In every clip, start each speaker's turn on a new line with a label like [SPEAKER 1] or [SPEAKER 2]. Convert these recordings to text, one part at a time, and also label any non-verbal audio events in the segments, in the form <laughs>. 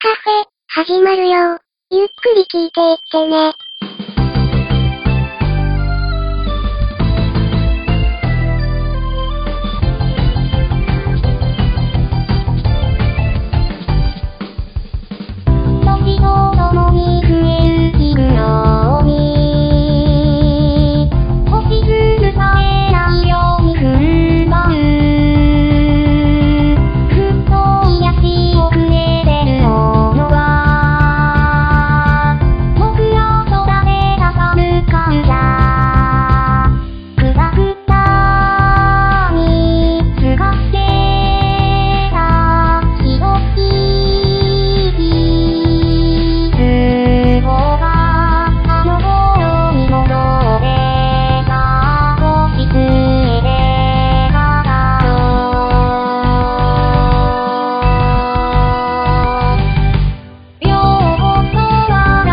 [SPEAKER 1] カフェ、始まるよ。ゆっくり聞いていってね。時とともに増える日のように星屑さえないように踏ん張るふっと癒し遅れてるものが僕ら空でかさむ感謝くらくらに過ごしてたひどい日々があの頃に戻ってた星つえで語ろう両方とは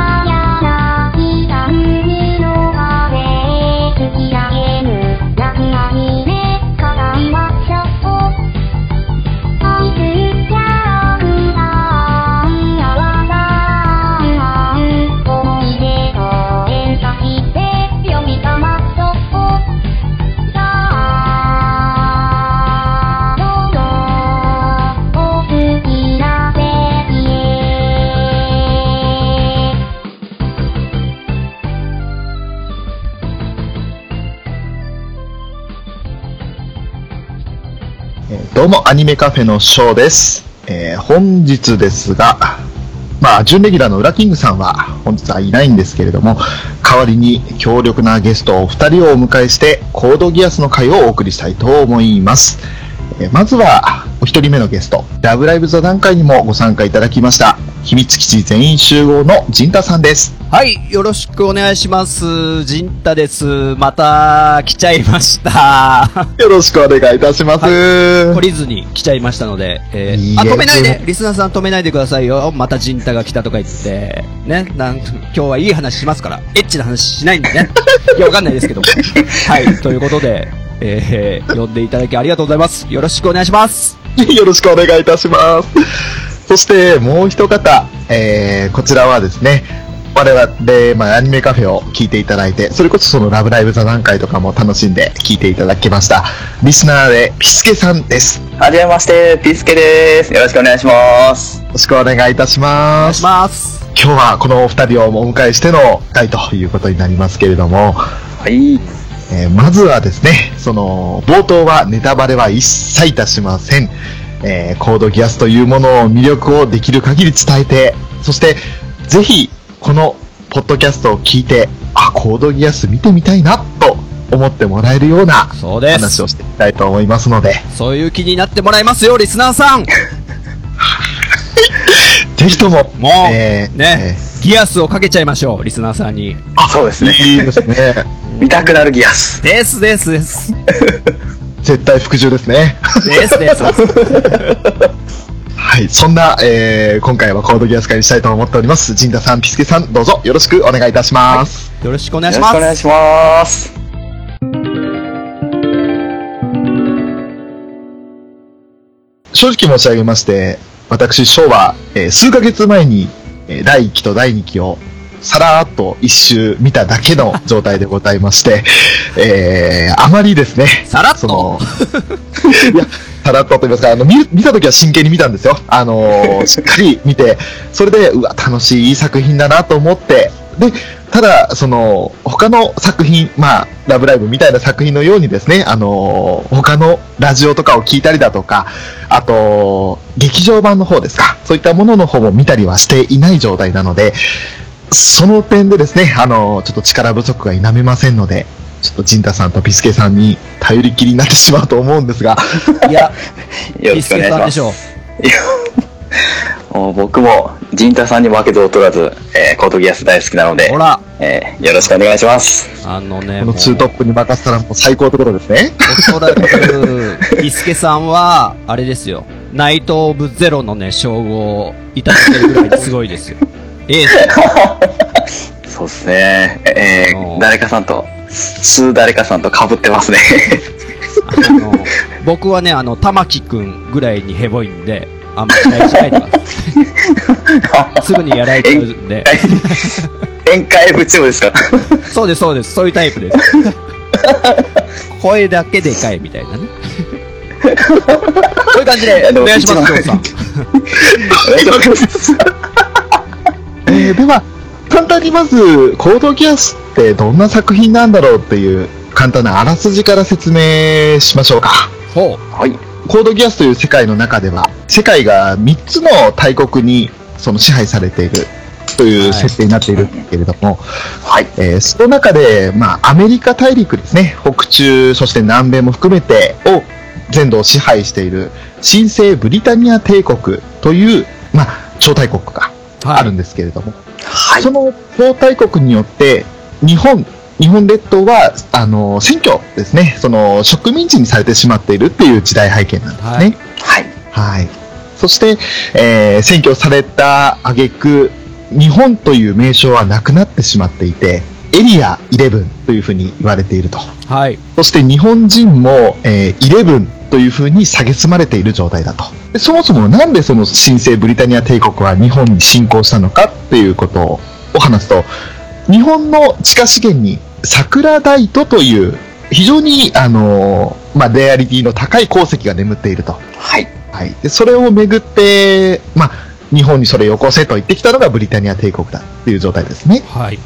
[SPEAKER 1] 柳田海の風突き上げる泣きなみで語りましょう愛するキャラクターやわらかな思い出を演歌して読みかましょう「さあどうぞお好きな席へ」
[SPEAKER 2] えーどうも、アニメカフェのショーです。えー本日ですが、まあ、準レギュラーのウラキングさんは本日はいないんですけれども、代わりに強力なゲストお二人をお迎えして、コードギアスの回をお送りしたいと思います。えーまずは、お一人目のゲスト、ラブライブ座談会にもご参加いただきました、秘密基地全員集合の陣太さんです。
[SPEAKER 3] はい、よろしくお願いします。ジンタです。また、来ちゃい
[SPEAKER 2] <laughs>
[SPEAKER 3] ました。
[SPEAKER 2] よろしくお願いいたします。
[SPEAKER 3] 懲りずに来ちゃいましたので、え
[SPEAKER 2] いいえ
[SPEAKER 3] ー、あ、止めないでリスナーさん止めないでくださいよ。またジンタが来たとか言って、ね、なん、今日はいい話しますから、エッチな話しないん
[SPEAKER 2] <laughs>
[SPEAKER 3] でね。いや、わかんないですけども。はい、ということで、えー、呼んでいただきありがとうございます。よろしくお願いします。
[SPEAKER 2] <laughs> よろしくお願いいたします。そして、もう一方、えーこちらはですね、我々、まあ、アニメカフェを聞いていただいて、それこそそのラブライブ座談会とかも楽しんで聞いていただきました。リスナーで、ピスケさんです。よ
[SPEAKER 4] はじめまして、ピスケです。よろしくお願いします。
[SPEAKER 2] ろしくお願いいたし
[SPEAKER 3] お願
[SPEAKER 2] ま
[SPEAKER 3] いし
[SPEAKER 2] す。
[SPEAKER 3] ます。
[SPEAKER 2] 今日はこのお二人をお迎えしての会ということになりますけれども、
[SPEAKER 4] はい。
[SPEAKER 2] えーまずはですね、その、冒頭はネタバレは一切いたしません。えーコードギアスというものを魅力をできる限り伝えて、そして、ぜひ、この、ポッドキャストを聞いて、あ、コードギアス見てみたいな、と思ってもらえるような
[SPEAKER 3] そうです
[SPEAKER 2] 話。をしていきたいと思いますので、
[SPEAKER 3] そういう気になってもらいますよ、リスナーさん。
[SPEAKER 2] ぜひとも、
[SPEAKER 3] もう、
[SPEAKER 2] えー
[SPEAKER 3] ね、ギアスをかけちゃいましょう、リスナーさんに。
[SPEAKER 4] あ、そうです
[SPEAKER 2] え
[SPEAKER 4] ね。
[SPEAKER 2] ーいいですね。
[SPEAKER 4] <laughs> 見たくなるギアス。
[SPEAKER 3] ですですです。
[SPEAKER 2] 絶対服従ですね。
[SPEAKER 3] ですです。
[SPEAKER 2] はい、そんな、えー今回はコードギアス会にしたいと思っております。陣田さん、ピスケさん、どうぞよろしくお願いいたします。
[SPEAKER 3] よろしくお
[SPEAKER 4] よ
[SPEAKER 3] 願
[SPEAKER 4] ろ
[SPEAKER 3] い
[SPEAKER 4] し
[SPEAKER 3] し
[SPEAKER 4] く
[SPEAKER 3] ま
[SPEAKER 4] お願
[SPEAKER 3] す。
[SPEAKER 4] いします。
[SPEAKER 2] 正直申し上げまして、私、ショーは、えー数ヶ月前に、えー第1期と第2期を、さらーっと一周見ただけの状態でございまして、 <laughs> えーあまりですね、
[SPEAKER 3] さらっと
[SPEAKER 2] そ
[SPEAKER 3] <laughs>
[SPEAKER 2] の、いや、さらっとと言いますか、あの、見る、見たときは真剣に見たんですよ。あのーしっかり見て、それで、うわ、楽しい、いい作品だなと思って、で、ただ、その、他の作品、まあ、ラブライブみたいな作品のようにですね、あのー他のラジオとかを聞いたりだとか、あと、劇場版の方ですか、そういったものの方も見たりはしていない状態なので、その点でですね、あの、ちょっと力不足が否めませんので、ちょっと陣太さんとピスケさんに頼りきりになってしまうと思うんですが、
[SPEAKER 3] いや、
[SPEAKER 4] よろしくお願いし
[SPEAKER 3] さん
[SPEAKER 4] ま
[SPEAKER 3] でし
[SPEAKER 4] す。
[SPEAKER 3] ょう。
[SPEAKER 4] もう僕も、ジンタさんに負けず劣らず、えー、コートギアス大好きなので
[SPEAKER 3] ほ、ら、
[SPEAKER 4] えーよろしくお願いします。
[SPEAKER 3] <laughs> あのね、
[SPEAKER 2] こ
[SPEAKER 3] も
[SPEAKER 2] の
[SPEAKER 3] う
[SPEAKER 2] ツートップに任せたらもう最高ところですね。
[SPEAKER 3] おそらく、ビスケさんは、あれですよ。ナイト・オブ・ゼロのね、称号をいただけるぐらいにすごいですよ。エース。
[SPEAKER 4] そうですね。えー
[SPEAKER 3] おー
[SPEAKER 4] 誰かさんと、数誰かさんと被ってますね。
[SPEAKER 3] あの、僕はね、あの、玉木くんぐらいにヘボいんで、あんま期待しないでくださいすぐにやられちゃ
[SPEAKER 4] <laughs>
[SPEAKER 3] うんで。
[SPEAKER 4] 宴会部長で
[SPEAKER 3] <laughs>
[SPEAKER 4] すか
[SPEAKER 3] そうです、そうです。そういうタイ
[SPEAKER 2] <laughs>
[SPEAKER 3] プです。声だけでかいみたい
[SPEAKER 2] <laughs>
[SPEAKER 3] なね。そういう感じで、お願いします、ジョーさん。
[SPEAKER 2] えーでは、簡単にまず、コードギアスってどんな作品なんだろうっていう、簡単なあらすじから説明しましょうか。
[SPEAKER 3] ほ
[SPEAKER 4] はい。
[SPEAKER 2] コードギアスという世界の中では、世界が3つの大国にその支配されているという設定になっているんですけれども、
[SPEAKER 4] はい。
[SPEAKER 2] えーその中で、まあ、アメリカ大陸ですね、北中、そして南米も含めてを全土を支配している新生ブリタニア帝国という、まあ、超大国が
[SPEAKER 3] う。
[SPEAKER 2] あるん
[SPEAKER 3] い。
[SPEAKER 2] ですけれども、
[SPEAKER 4] はい
[SPEAKER 2] そ。の超大国によって日本日本列島はあの選挙ですねその植民地にされてしまっているっていう時代背景なんですね。
[SPEAKER 3] はい
[SPEAKER 4] はい。
[SPEAKER 2] はい。そして、えー、選挙された挙句、日本という名称はなくなってしまっていて、エリア11というふうに言われていると。
[SPEAKER 3] はい。
[SPEAKER 2] そして日本人も、えー、11というふうに蔑まれている状態だと。でそもそもなんでその新生ブリタニア帝国は日本に侵攻したのかっていうことを話すと、日本の地下資源に桜大都という非常に、あのーまあ、レアリティの高い鉱石が眠っていると。
[SPEAKER 4] はい。
[SPEAKER 2] はい、でそれをめぐって、まあ、日本にそれよこせと言ってきたのがブリタニア帝国だっていう状態ですね
[SPEAKER 3] はい。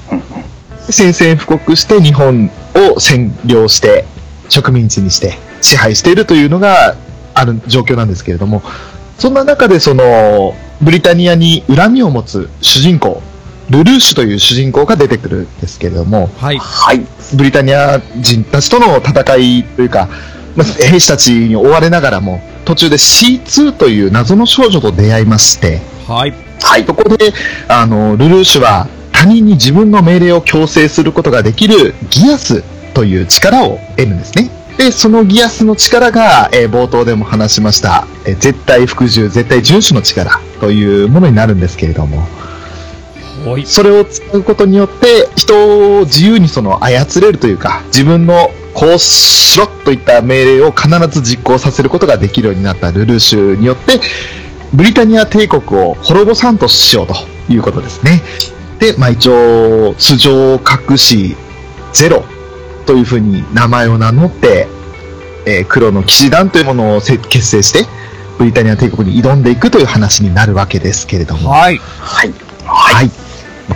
[SPEAKER 2] 宣戦布告して日本を占領して植民地にして支配しているというのがある状況なんですけれどもそんな中でそのブリタニアに恨みを持つ主人公ルルーシュという主人公が出てくるんですけれども
[SPEAKER 3] はい。
[SPEAKER 4] はい。
[SPEAKER 2] ブリタニア人たちとの戦いというか、まあ、兵士たちに追われながらも、途中で C2 という謎の少女と出会いまして、
[SPEAKER 3] はい。
[SPEAKER 4] はい。
[SPEAKER 2] そこで、あの、ルルーシュは他人に自分の命令を強制することができるギアスという力を得るんですね。で、そのギアスの力が、えー冒頭でも話しました、えー絶対服従、絶対遵守の力というものになるんですけれども、
[SPEAKER 3] ほい。
[SPEAKER 2] それを使うことによって人を自由にその操れるというか自分のこうしろといった命令を必ず実行させることができるようになったルルーシュによってブリタニア帝国を滅ぼさんとしようということですねで、まあ、一応素性隠しゼロというふうに名前を名乗って、えー黒の騎士団というものをせ結成してブリタニア帝国に挑んでいくという話になるわけですけれども
[SPEAKER 3] はい。
[SPEAKER 4] はい。
[SPEAKER 2] はい。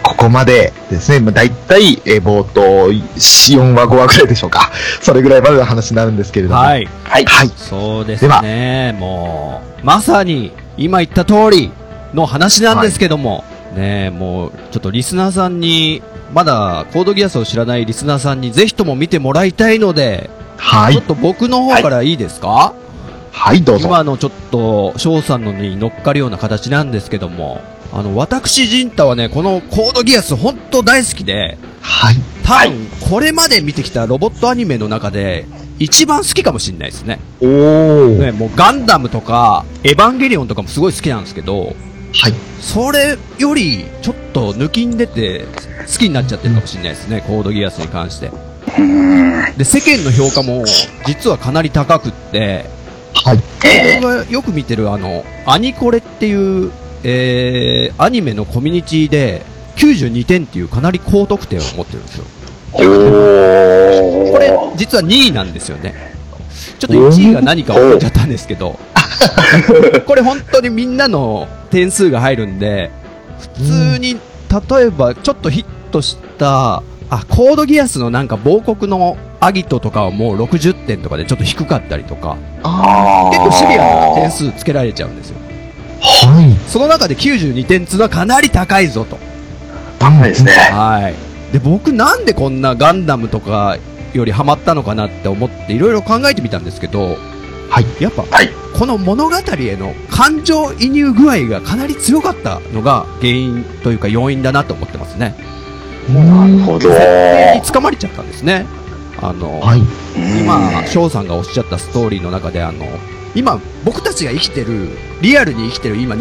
[SPEAKER 2] ここまでですね、まあ、大体、えー冒頭、4話、5話ぐらいでしょうか。 <laughs> それぐらいまでの話になるんですけれども。
[SPEAKER 3] は
[SPEAKER 2] はい。
[SPEAKER 3] い。
[SPEAKER 4] はい。
[SPEAKER 3] そうですね。もう、まさに、今言った通りの話なんですけども、ねえ、もう、ちょっとリスナーさんに、まだ、コードギアスを知らないリスナーさんに、ぜひとも見てもらいたいので、
[SPEAKER 2] は
[SPEAKER 3] ち
[SPEAKER 2] い
[SPEAKER 3] ょっ。と僕の方からいいですか、
[SPEAKER 2] はい、どうぞ。
[SPEAKER 3] 今のちょっと、翔さんのに乗っかるような形なんですけども、あの、私、ジンタはね、このコードギアス本当大好きで、
[SPEAKER 2] はい。
[SPEAKER 3] 多分、これまで見てきたロボットアニメの中で、一番好きかもしれないですね。
[SPEAKER 2] おー。
[SPEAKER 3] ね、もうガンダムとか、エヴァンゲリオンとかもすごい好きなんですけど、
[SPEAKER 2] はい。
[SPEAKER 3] それより、ちょっと抜きんでて、好きになっちゃってるかもしれないですね、コードギアスに関して。
[SPEAKER 4] うーん。
[SPEAKER 3] で、世間の評価も、実はかなり高くって、
[SPEAKER 2] はい。
[SPEAKER 4] ええ
[SPEAKER 3] 僕がよく見てるあの、アニコレっていう、えー、アニメのコミュニティで、92点っていうかなり高得点を持ってるんですよ。
[SPEAKER 4] おー。
[SPEAKER 3] これ、実は2位なんですよね。ちょっと1位が何か忘れちゃったんですけど、これ本当にみんなの点数が入るんで、普通に、例えばちょっとヒットした、あ、コードギアスのなんか亡国のアギトとかはもう60点とかでちょっと低かったりとか、
[SPEAKER 2] あ
[SPEAKER 4] あー
[SPEAKER 3] 結構シビアな点数つけられちゃうんですよ。
[SPEAKER 2] ー。はい。
[SPEAKER 3] その中で92点っていうのはかなり高いぞと。
[SPEAKER 2] は
[SPEAKER 4] はいですね。。
[SPEAKER 3] はい。で、僕なんでこんなガンダムとかよりハマったのかなって思っていろいろ考えてみたんですけど、
[SPEAKER 2] はい。
[SPEAKER 3] やっぱ、
[SPEAKER 4] はい
[SPEAKER 3] この物語への感情移入具合がかなり強かったのが原因というか要因だなと思ってますね。
[SPEAKER 4] なるほど。
[SPEAKER 3] につかまれちゃったんですね。あの、
[SPEAKER 2] はい。
[SPEAKER 3] 今、翔さんがおっしゃったストーリーの中で、あの、今、僕たちが生きてる、リアルに生きてる今、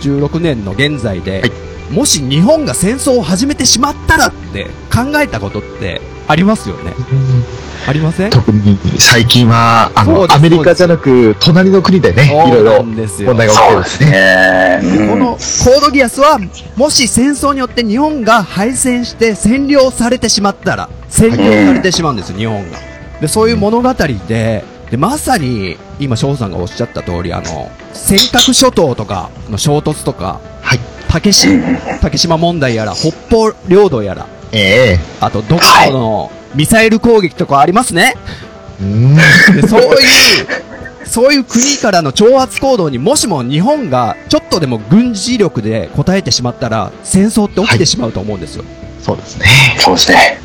[SPEAKER 3] 2016年の現在で、
[SPEAKER 2] はい
[SPEAKER 3] もし日本が戦争を始めてしまったらって考えたことってありますよね。ありません
[SPEAKER 2] 特に最近は、あ
[SPEAKER 3] そう
[SPEAKER 2] の、
[SPEAKER 3] です
[SPEAKER 2] アメリカじゃなく、隣の国でね、いろい
[SPEAKER 3] そう
[SPEAKER 2] ろ
[SPEAKER 3] なんですよ
[SPEAKER 2] 問題が起きて
[SPEAKER 4] そ
[SPEAKER 2] る
[SPEAKER 4] うんで
[SPEAKER 2] ですすね。
[SPEAKER 4] ね。うん
[SPEAKER 3] このコードギアスは、もし戦争によって日本が敗戦して占領されてしまったら、占領されてしまうんですよ、日本が。で、そういう物語で、で、まさに、今、翔さんがおっしゃった通り、あの、尖閣諸島とかの衝突とか、
[SPEAKER 2] はい。
[SPEAKER 3] 竹島、竹島問題やら、北方領土やら、
[SPEAKER 2] ええ
[SPEAKER 3] あと、どこかのミサイル攻撃とかありますね。
[SPEAKER 4] <laughs>
[SPEAKER 2] うん。
[SPEAKER 3] でそういう、そういう国からの挑発行動にもしも日本がちょっとでも軍事力で応えてしまったら戦争って起きてしまうと思うんですよ。
[SPEAKER 2] そうですね。
[SPEAKER 4] そうですね。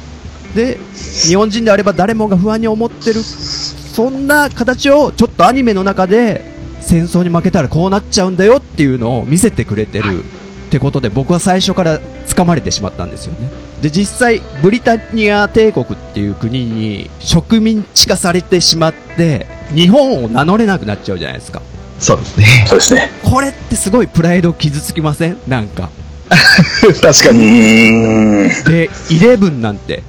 [SPEAKER 3] で、日本人であれば誰もが不安に思ってる、そんな形をちょっとアニメの中で戦争に負けたらこうなっちゃうんだよっていうのを見せてくれてる。ってことで僕は最初から掴まれてしまったんですよね。で、実際、ブリタニア帝国っていう国に植民地化されてしまって、日本を名乗れなくなっちゃうじゃないですか。
[SPEAKER 2] そうですね。
[SPEAKER 4] そうですね。
[SPEAKER 3] これってすごいプライド傷つきませんなんか。
[SPEAKER 2] 確か
[SPEAKER 4] う
[SPEAKER 2] に。
[SPEAKER 4] ーん。
[SPEAKER 3] で、11なんて、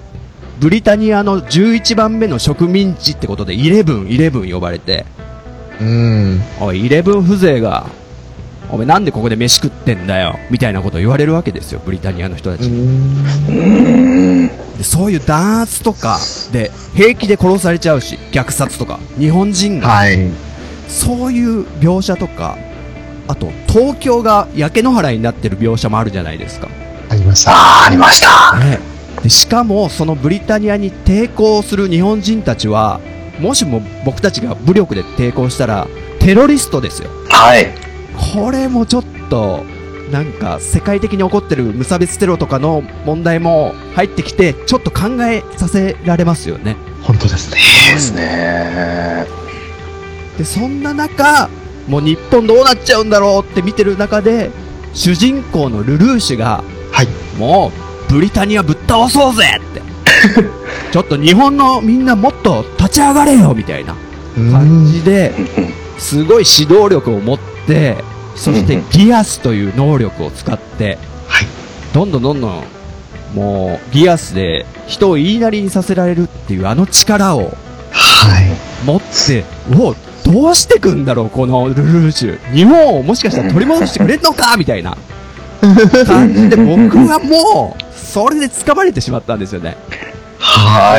[SPEAKER 3] ブリタニアの11番目の植民地ってことで、11、11呼ばれて、
[SPEAKER 2] うん。
[SPEAKER 3] おい、11風情が、おめなんでここで飯食ってんだよ、みたいなこと言われるわけですよ、ブリタニアの人たち。
[SPEAKER 4] うん。
[SPEAKER 3] でそういう弾圧とか、で、平気で殺されちゃうし、虐殺とか、日本人が、
[SPEAKER 2] はい。
[SPEAKER 3] そういう描写とか、あと、東京が焼け野原になってる描写もあるじゃないですか。
[SPEAKER 2] ありました。
[SPEAKER 4] ああ、ありました。
[SPEAKER 3] ね、でしかもそのブリタニアに抵抗する日本人たちはもしも僕たちが武力で抵抗したらテロリストですよ
[SPEAKER 4] はい。
[SPEAKER 3] これもちょっとなんか世界的に起こってる無差別テロとかの問題も入ってきてちょっと考えさせられますよね
[SPEAKER 2] 本当ですね。
[SPEAKER 4] ですね。
[SPEAKER 3] でそんな中もう日本どうなっちゃうんだろうって見てる中で主人公のルルーシュが
[SPEAKER 2] はい。
[SPEAKER 3] もう、ブリタニアぶっ倒そうぜって。ちょっと日本のみんなもっと立ち上がれよみたいな感じで、すごい指導力を持って、そしてギアスという能力を使って、
[SPEAKER 2] はい。
[SPEAKER 3] どんどんどんどん、もう、ギアスで人を言いなりにさせられるっていうあの力を
[SPEAKER 2] はい。
[SPEAKER 3] 持って、おうどうしてくんだろう、このルルーシュ。日本をもしかしたら取り戻してくれんのかみたいな感じで、僕はもう、それで掴まれてしまったんですよね。
[SPEAKER 2] は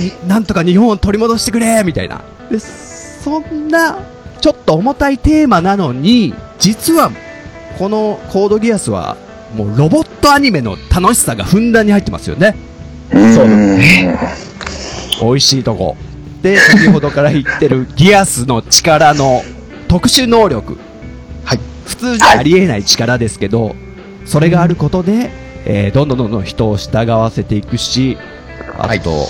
[SPEAKER 2] い。
[SPEAKER 3] いなんとか日本を取り戻してくれみたいな。で、そんな、ちょっと重たいテーマなのに、実は、このコードギアスは、もうロボットアニメの楽しさがふんだんに入ってますよね。
[SPEAKER 2] そうです
[SPEAKER 4] ね。
[SPEAKER 3] 美味しいとこ。で、先ほどから言ってるギアスの力の特殊能力。
[SPEAKER 2] はい。
[SPEAKER 3] 普通じゃありえない力ですけど、それがあることで、えーどんどんどんどん人を従わせていくし、あと、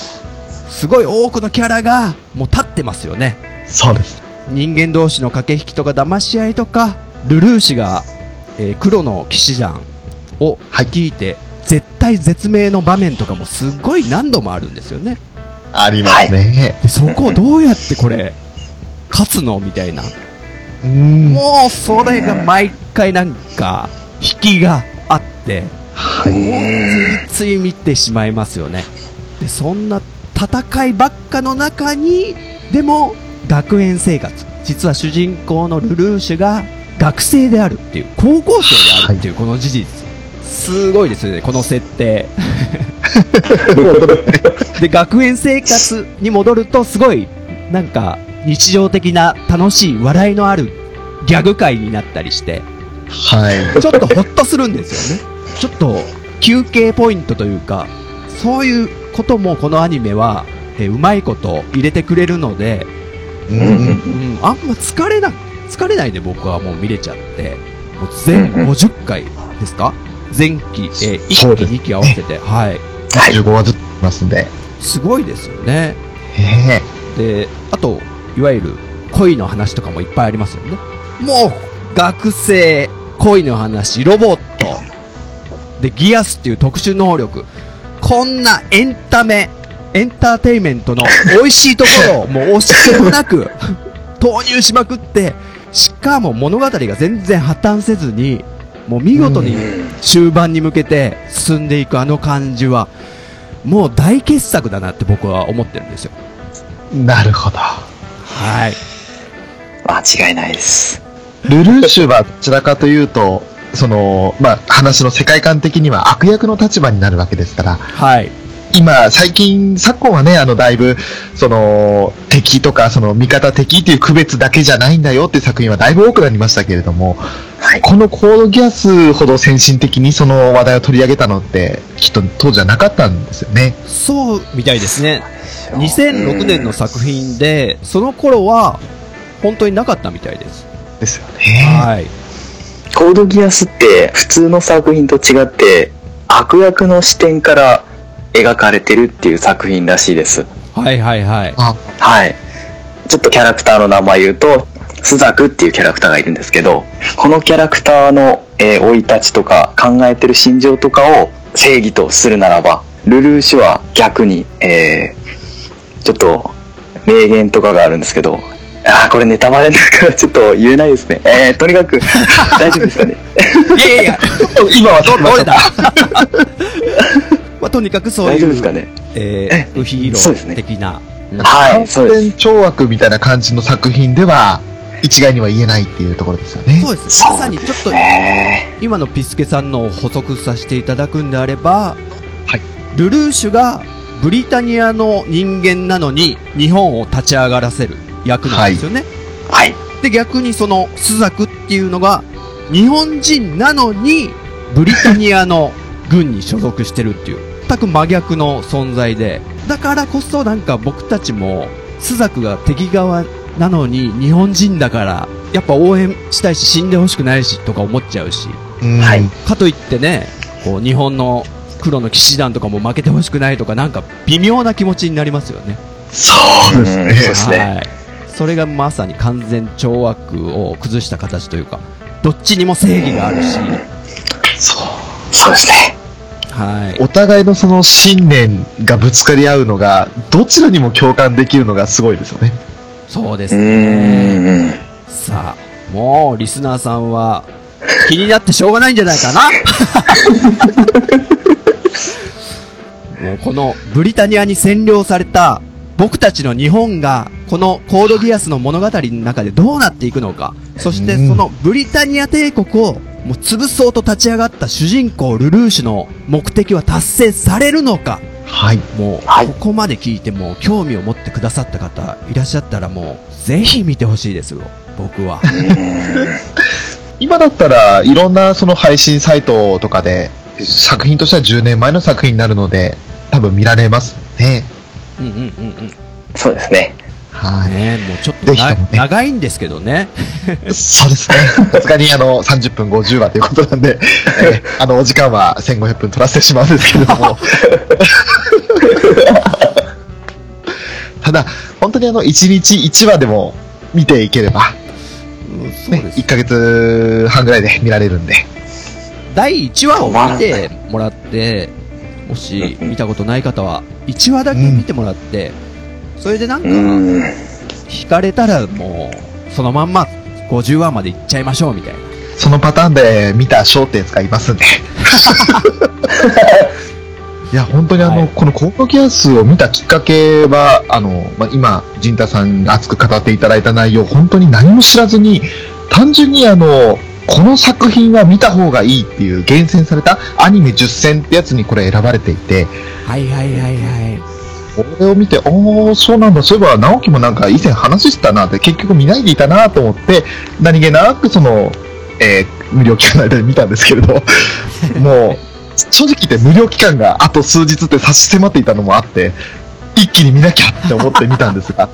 [SPEAKER 3] すごい多くのキャラがもう立ってますよね。
[SPEAKER 2] そうです。
[SPEAKER 3] 人間同士の駆け引きとか騙し合いとか、ルルーシュが、えー黒の騎士団を率いて、絶対絶命の場面とかもすごい何度もあるんですよね。
[SPEAKER 2] ありますね。
[SPEAKER 3] で、そこをどうやってこれ、勝つのみたいな。
[SPEAKER 2] うん。
[SPEAKER 3] もう、それが毎回なんか、引きがあって、ついつい見てしまいますよね。で、そんな戦いばっかの中に、でも、学園生活。実は主人公のルルーシュが、学生であるっていう、高校生であるっていう、この事実。すごいですよね、この設定。で、学園生活に戻ると、すごい、なんか、日常的な楽しい笑いのあるギャグ界になったりして、
[SPEAKER 2] はい。
[SPEAKER 3] ちょっとホッとするんですよね。ちょっと、休憩ポイントというか、そういうこともこのアニメは、えーうまいこと入れてくれるので、
[SPEAKER 2] うん。
[SPEAKER 3] うん、あんま疲れな、疲れないで僕はもう見れちゃって、もう全50回ですか前期、えー、1期
[SPEAKER 2] そうです
[SPEAKER 3] 2期合わせて、はい。
[SPEAKER 2] 15話ずついますんで。
[SPEAKER 3] すごいですよね。
[SPEAKER 2] ええ
[SPEAKER 3] で、あと、いわゆる恋の話とかもいっぱいありますよね。もう、学生、恋の話、ロボット、で、ギアスっていう特殊能力。こんなエンタメ、エンターテイメントの美味しいところ <laughs> をもう惜しくもなく投入しまくって、しかも物語が全然破綻せずに、もう見事に終盤に向けて進んでいくあの感じは、もう大傑作だなって僕は思ってるんですよ。
[SPEAKER 2] なるほど。
[SPEAKER 3] はい。
[SPEAKER 4] 間違いないです。
[SPEAKER 2] ルルーシュはどちらかというと、その、まあ、話の世界観的には悪役の立場になるわけですから、
[SPEAKER 3] はい。
[SPEAKER 2] 今、最近、昨今はね、あの、だいぶ、その、敵とか、その、味方敵っていう区別だけじゃないんだよっていう作品はだいぶ多くなりましたけれども、
[SPEAKER 4] はい。
[SPEAKER 2] このコードギアスほど先進的にその話題を取り上げたのって、きっと当時はなかったんですよね。
[SPEAKER 3] そうみたいですね。2006年の作品で、その頃は、本当になかったみたいです。
[SPEAKER 2] ですよね。
[SPEAKER 3] はい。
[SPEAKER 4] コードギアスって普通の作品と違って悪役の視点から描かれてるっていう作品らしいです。
[SPEAKER 3] はいはいはい。
[SPEAKER 2] あ、
[SPEAKER 4] はい。ちょっとキャラクターの名前言うと、スザクっていうキャラクターがいるんですけど、このキャラクターの生、えー生い立ちとか考えてる心情とかを正義とするならば、ルルーシュは逆に、えーちょっと名言とかがあるんですけど、あーこれネタバレだからちょっと言えないですね。えーとにかく大丈夫ですかね。
[SPEAKER 3] いやいや <laughs> いや、
[SPEAKER 2] <laughs> 今はどう
[SPEAKER 3] 俺だ <laughs> まあ、とにかくそう
[SPEAKER 4] 大
[SPEAKER 3] い
[SPEAKER 4] 丈夫です
[SPEAKER 3] う、
[SPEAKER 4] かね。
[SPEAKER 3] えー、ウヒーロ
[SPEAKER 4] そうです
[SPEAKER 3] ー
[SPEAKER 4] ね
[SPEAKER 3] 的な。
[SPEAKER 4] はい、そう
[SPEAKER 2] 完
[SPEAKER 4] です
[SPEAKER 2] 全。懲悪みたいな感じの作品では、一概には言えないっていうところですよね。
[SPEAKER 3] そうです。まさにちょっと、
[SPEAKER 4] え
[SPEAKER 3] 今のピスケさんのを補足させていただくんであれば、
[SPEAKER 2] はい
[SPEAKER 3] ルルーシュがブリタニアの人間なのに日本を立ち上がらせる役なんですよね。
[SPEAKER 4] ーはい。
[SPEAKER 3] で、逆にそのスザクっていうのが日本人なのにブリタニアの軍に所属してるっていう、全く真逆の存在で、だからこそなんか僕たちもスザクが敵側なのに日本人だから、やっぱ応援したいし死んでほしくないしとか思っちゃうし、
[SPEAKER 2] うん
[SPEAKER 4] はい
[SPEAKER 3] かといってね、こう日本の黒の騎士団とかも負けてほしくないとか、なんか微妙な気持ちになりますよね。
[SPEAKER 2] そうです
[SPEAKER 4] うんそう
[SPEAKER 2] ね
[SPEAKER 4] で。すね
[SPEAKER 3] はい。それがまさに完全懲悪を崩した形というか、どっちにも正義があるし、
[SPEAKER 4] そうですね。
[SPEAKER 3] はい。
[SPEAKER 2] お互いのその信念がぶつかり合うのが、どちらにも共感できるのがすごいですよね。
[SPEAKER 3] そうで
[SPEAKER 4] う
[SPEAKER 3] すね。
[SPEAKER 4] ーん。
[SPEAKER 3] さあ、もうリスナーさんは気になってしょうがないんじゃない <laughs> かなもうこのブリタニアに占領された僕たちの日本がこのコードギアスの物語の中でどうなっていくのか、そして
[SPEAKER 2] うん
[SPEAKER 3] そのブリタニア帝国をもう潰そうと立ち上がった主人公ルルーシュの目的は達成されるのか、
[SPEAKER 2] はい。
[SPEAKER 3] もう、
[SPEAKER 4] はい
[SPEAKER 3] ここまで聞いてもう興味を持ってくださった方いらっしゃったらもう、ぜひ見てほしいですよ、僕は。
[SPEAKER 2] 今だったらいろんなその配信サイトとかで、作品としては10年前の作品になるので、多分見られますね。
[SPEAKER 3] うんうんうんうん。ね
[SPEAKER 4] そうですね。
[SPEAKER 2] はい。
[SPEAKER 3] もうちょっと
[SPEAKER 2] ぜひ
[SPEAKER 3] な、
[SPEAKER 2] ともね
[SPEAKER 3] 長いんですけどね。
[SPEAKER 2] そうですね。 <laughs> さすがにあの、30分50話ということなんで、えーあの、お時間は1500分取らせてしまうんですけれ <laughs> ども。ただ、本当にあの、1日1話でも見ていければ、
[SPEAKER 3] うん、そう
[SPEAKER 2] ね、
[SPEAKER 3] です
[SPEAKER 2] 1。ヶ月半ぐらいで見られるんで。
[SPEAKER 3] 第1話を見てもらって、もし見たことない方は、1話だけ見てもらって、それでなんか
[SPEAKER 4] う、ーん。
[SPEAKER 3] 惹かれたらもう、そのまんま50話までいっちゃいましょうみたいな。
[SPEAKER 2] そのパターンで見たショーってやつがいます
[SPEAKER 3] <laughs>
[SPEAKER 2] んで。いや、本当にあの、
[SPEAKER 3] はい
[SPEAKER 2] このコードギアスを見たきっかけは、あの、まあ、今、陣太さんが熱く語っていただいた内容、本当に何も知らずに、単純にあの、この作品は見た方がいいっていう厳選されたアニメ10選ってやつにこれ選ばれていて、
[SPEAKER 3] はいはいはいは
[SPEAKER 2] これを見て、おー、そうなんだ、そういえば、直樹もなんか以前話してたなって、結局見ないでいたなと思って、何気なくその、えー無料期間の間に見たんですけれど、もう、正直言って無料期間があと数日って差し迫っていたのもあって、一気に見なきゃって思って見たんですが、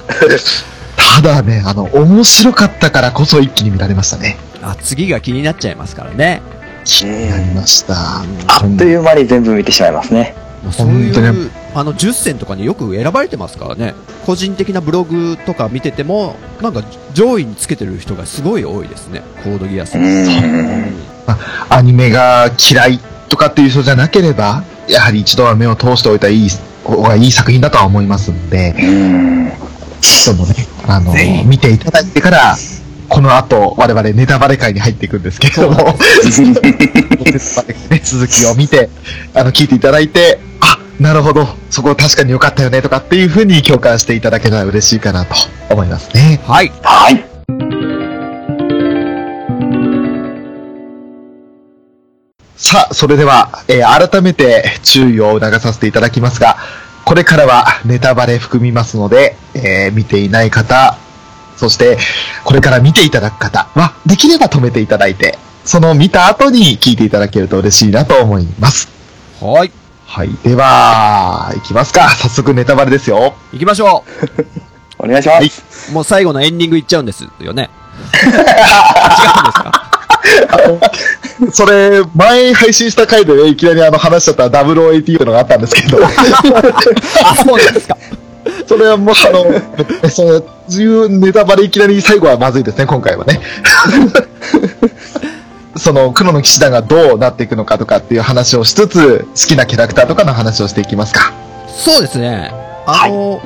[SPEAKER 2] ただね、あの、面白かったからこそ一気に見られましたね。
[SPEAKER 3] い。あ、次が気になっちゃいますからね。
[SPEAKER 2] 気になりました。
[SPEAKER 4] あっという間に全部見てしまいますね。
[SPEAKER 3] もうそう
[SPEAKER 2] 本
[SPEAKER 3] い
[SPEAKER 2] 当に
[SPEAKER 3] う、あの、10選とかによく選ばれてますからね。個人的なブログとか見てても、なんか上位につけてる人がすごい多いですね。コードギアス
[SPEAKER 4] う
[SPEAKER 3] に。
[SPEAKER 4] ーん。
[SPEAKER 2] アニメが嫌いとかっていう人じゃなければ、やはり一度は目を通しておいたいい方がいい作品だとは思いますんで、
[SPEAKER 4] うーん。
[SPEAKER 2] 人もね、あの、見ていただいてから、この後、我々ネタバレ会に入っていくんですけれども、ネタバレ会ね続きを見て、あの、聞いていただいて、あ、なるほど、そこ確かに良かったよねとかっていうふうに共感していただけたら嬉しいかなと思いますね。
[SPEAKER 3] はい。
[SPEAKER 4] はい。
[SPEAKER 2] さあ、それでは、えー改めて注意を促させていただきますが、これからはネタバレ含みますので、えー見ていない方、そして、これから見ていただく方は、できれば止めていただいて、その見た後に聞いていただけると嬉しいなと思います。
[SPEAKER 3] はい。
[SPEAKER 2] はい。では、いきますか。早速ネタバレですよ。
[SPEAKER 3] 行きましょ
[SPEAKER 4] お願いします。
[SPEAKER 2] はい
[SPEAKER 3] もう最後のエンディングいっちゃうんですよね。 <laughs>
[SPEAKER 2] それ、前配信した回でいきなりあの話しちゃった WAT のがあったんですけど、
[SPEAKER 3] あ、そうなんですか。
[SPEAKER 2] それはもうあ <laughs> の、そういうネタバレいきなり最後はまずいですね、今回は <laughs> ね。その黒の騎士団がどうなっていくのかとかっていう話をしつつ、好きなキャラクターとかの話をしていきますか。
[SPEAKER 3] そうですね。あの、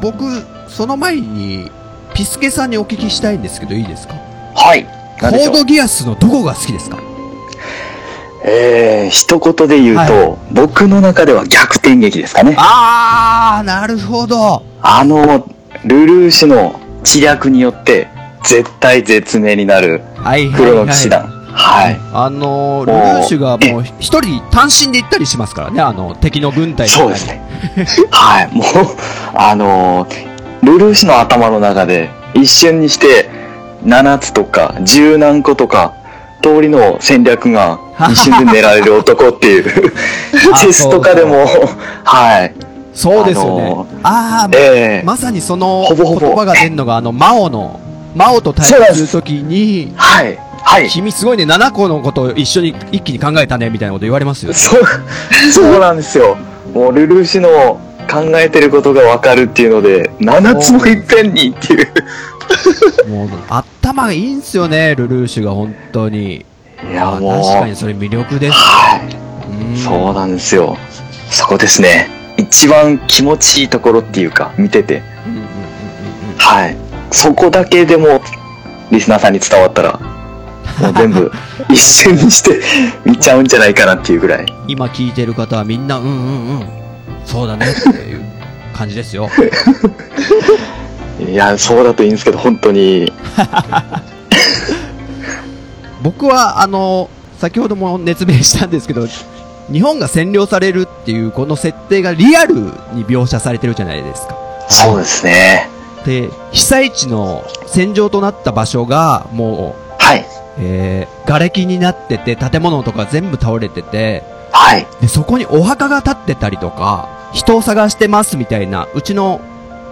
[SPEAKER 3] 僕、その前に、ピスケさんにお聞きしたいんですけど、いいですか
[SPEAKER 4] はい。
[SPEAKER 3] コ
[SPEAKER 4] 何で
[SPEAKER 3] ー
[SPEAKER 4] しょう
[SPEAKER 3] ドギアスのどこが好きですか
[SPEAKER 4] えー、一言で言うと、
[SPEAKER 3] は
[SPEAKER 4] 僕の中では逆転劇ですかね。あ
[SPEAKER 3] あー、なるほど。
[SPEAKER 4] の、ルルーシュの知略によって、絶対絶命になる
[SPEAKER 3] はいはい、
[SPEAKER 4] 黒
[SPEAKER 3] はい。
[SPEAKER 4] の騎士団。はい。
[SPEAKER 3] あのー、ルルーシュがもう一人単身で行ったりしますからね、あの、敵の軍隊の中
[SPEAKER 4] そう
[SPEAKER 3] に
[SPEAKER 4] ですね。はい。もう、あの、ルルーシュの頭の中で、一瞬にして、7つとか、十何個とか、通りの戦略が一瞬で練られる男っていう、
[SPEAKER 3] <laughs> あ
[SPEAKER 4] チェスとかでも、はい。
[SPEAKER 3] そうですよね。ああ
[SPEAKER 4] あの
[SPEAKER 3] ー、
[SPEAKER 4] ええ
[SPEAKER 3] まさにその
[SPEAKER 4] ほぼほぼ
[SPEAKER 3] 言葉が出るのが、あの、魔王の、魔王と対
[SPEAKER 4] そう
[SPEAKER 3] 峙
[SPEAKER 4] です
[SPEAKER 3] するときに、
[SPEAKER 4] はい。はい。
[SPEAKER 3] 君すごいね、7個のことを一緒に一気に考えたね、みたいなこと言われますよ。
[SPEAKER 4] そう、そうなんですよ。もうルルーシュの考えてることがわかるっていうので、7つもいっぺんにっていう。
[SPEAKER 3] もう、頭がいいんすよね、ルルーシュが本当に。
[SPEAKER 4] いや、
[SPEAKER 3] あー
[SPEAKER 4] もう。
[SPEAKER 3] 確かにそれ魅力です。
[SPEAKER 4] はい。
[SPEAKER 3] うん
[SPEAKER 4] そうなんですよ。そこですね。一番気持ちいいところっていうか、見てて。
[SPEAKER 3] うんうんうんうんうん
[SPEAKER 4] はい。そこだけでも、リスナーさんに伝わったら、もう
[SPEAKER 3] <laughs>
[SPEAKER 4] 全部、一瞬にして見ちゃうんじゃないかなっていうぐらい。
[SPEAKER 3] 今聞いてる方はみんな、うんうんうん、そうだねっていう感じですよ。
[SPEAKER 4] いや、そうだといいんですけど、本当に。
[SPEAKER 3] 僕はあの先ほども熱弁したんですけど日本が占領されるっていうこの設定がリアルに描写されてるじゃないですか
[SPEAKER 4] そうですね。
[SPEAKER 3] で被災地の戦場となった場所がもう、
[SPEAKER 4] はい。
[SPEAKER 3] えー、瓦礫になってて建物とか全部倒れてて
[SPEAKER 4] はい。
[SPEAKER 3] でそこにお墓が建ってたりとか人を探してますみたいなうちの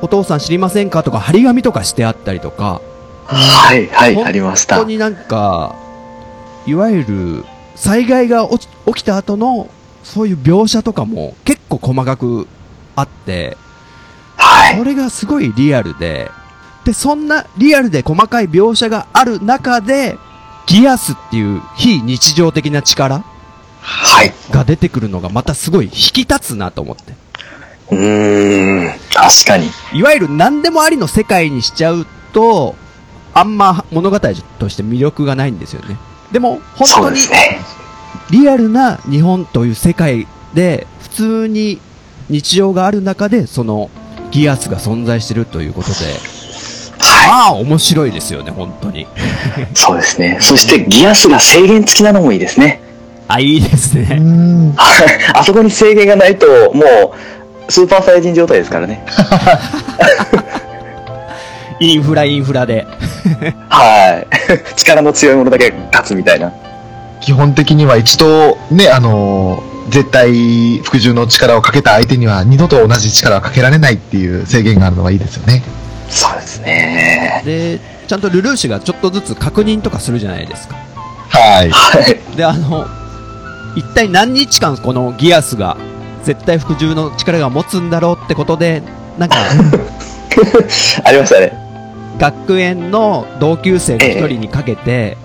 [SPEAKER 3] お父さん知りませんかとか張り紙とかしてあったりとか
[SPEAKER 4] はい、はい、
[SPEAKER 3] 本
[SPEAKER 4] ありま
[SPEAKER 3] 本
[SPEAKER 4] した
[SPEAKER 3] 当。になんか、いわゆる災害が起き起きた後のそういう描写とかも結構細かくあって、
[SPEAKER 4] はい。
[SPEAKER 3] それがすごいリアルで、で、そんなリアルで細かい描写がある中で、ギアスっていう非日常的な力
[SPEAKER 4] はい。
[SPEAKER 3] が出てくるのがまたすごい引き立つなと思って。
[SPEAKER 4] うーん、確かに。
[SPEAKER 3] いわゆる何でもありの世界にしちゃうと、あんま物語として魅力がないんですよね。でも、本
[SPEAKER 4] そ
[SPEAKER 3] 当
[SPEAKER 4] うで
[SPEAKER 3] に
[SPEAKER 4] すね。
[SPEAKER 3] リアルな日本という世界で、普通に日常がある中で、そのギアスが存在してるということで、
[SPEAKER 4] は
[SPEAKER 3] ああ、面白いですよね、本当に。
[SPEAKER 4] い。そうですね。そして、ギアスが制限付きなのもいいですね。
[SPEAKER 3] あ、いいです
[SPEAKER 2] う
[SPEAKER 3] <laughs> ね。
[SPEAKER 2] ん。
[SPEAKER 4] あそこに制限がないと、もう、スーパーサイジン状態ですからね。
[SPEAKER 3] インフラインフラで。
[SPEAKER 4] はい。 <laughs> 力の強いものだけが勝つみたいな。
[SPEAKER 2] 基本的には一度、ね、あのー絶対服従の力をかけた相手には二度と同じ力はかけられないっていう制限があるのはいいですよね。
[SPEAKER 4] そうですね。
[SPEAKER 3] で、ちゃんとルルーシュがちょっとずつ確認とかするじゃないですか。
[SPEAKER 2] はい。
[SPEAKER 4] はい。 <laughs>
[SPEAKER 3] で、あの、一体何日間このギアスが、絶対服従の力が持つんだろうってことで、なん <laughs> か、
[SPEAKER 4] ありましたね。
[SPEAKER 3] 学園の同級生の一人にかけ <laughs> て、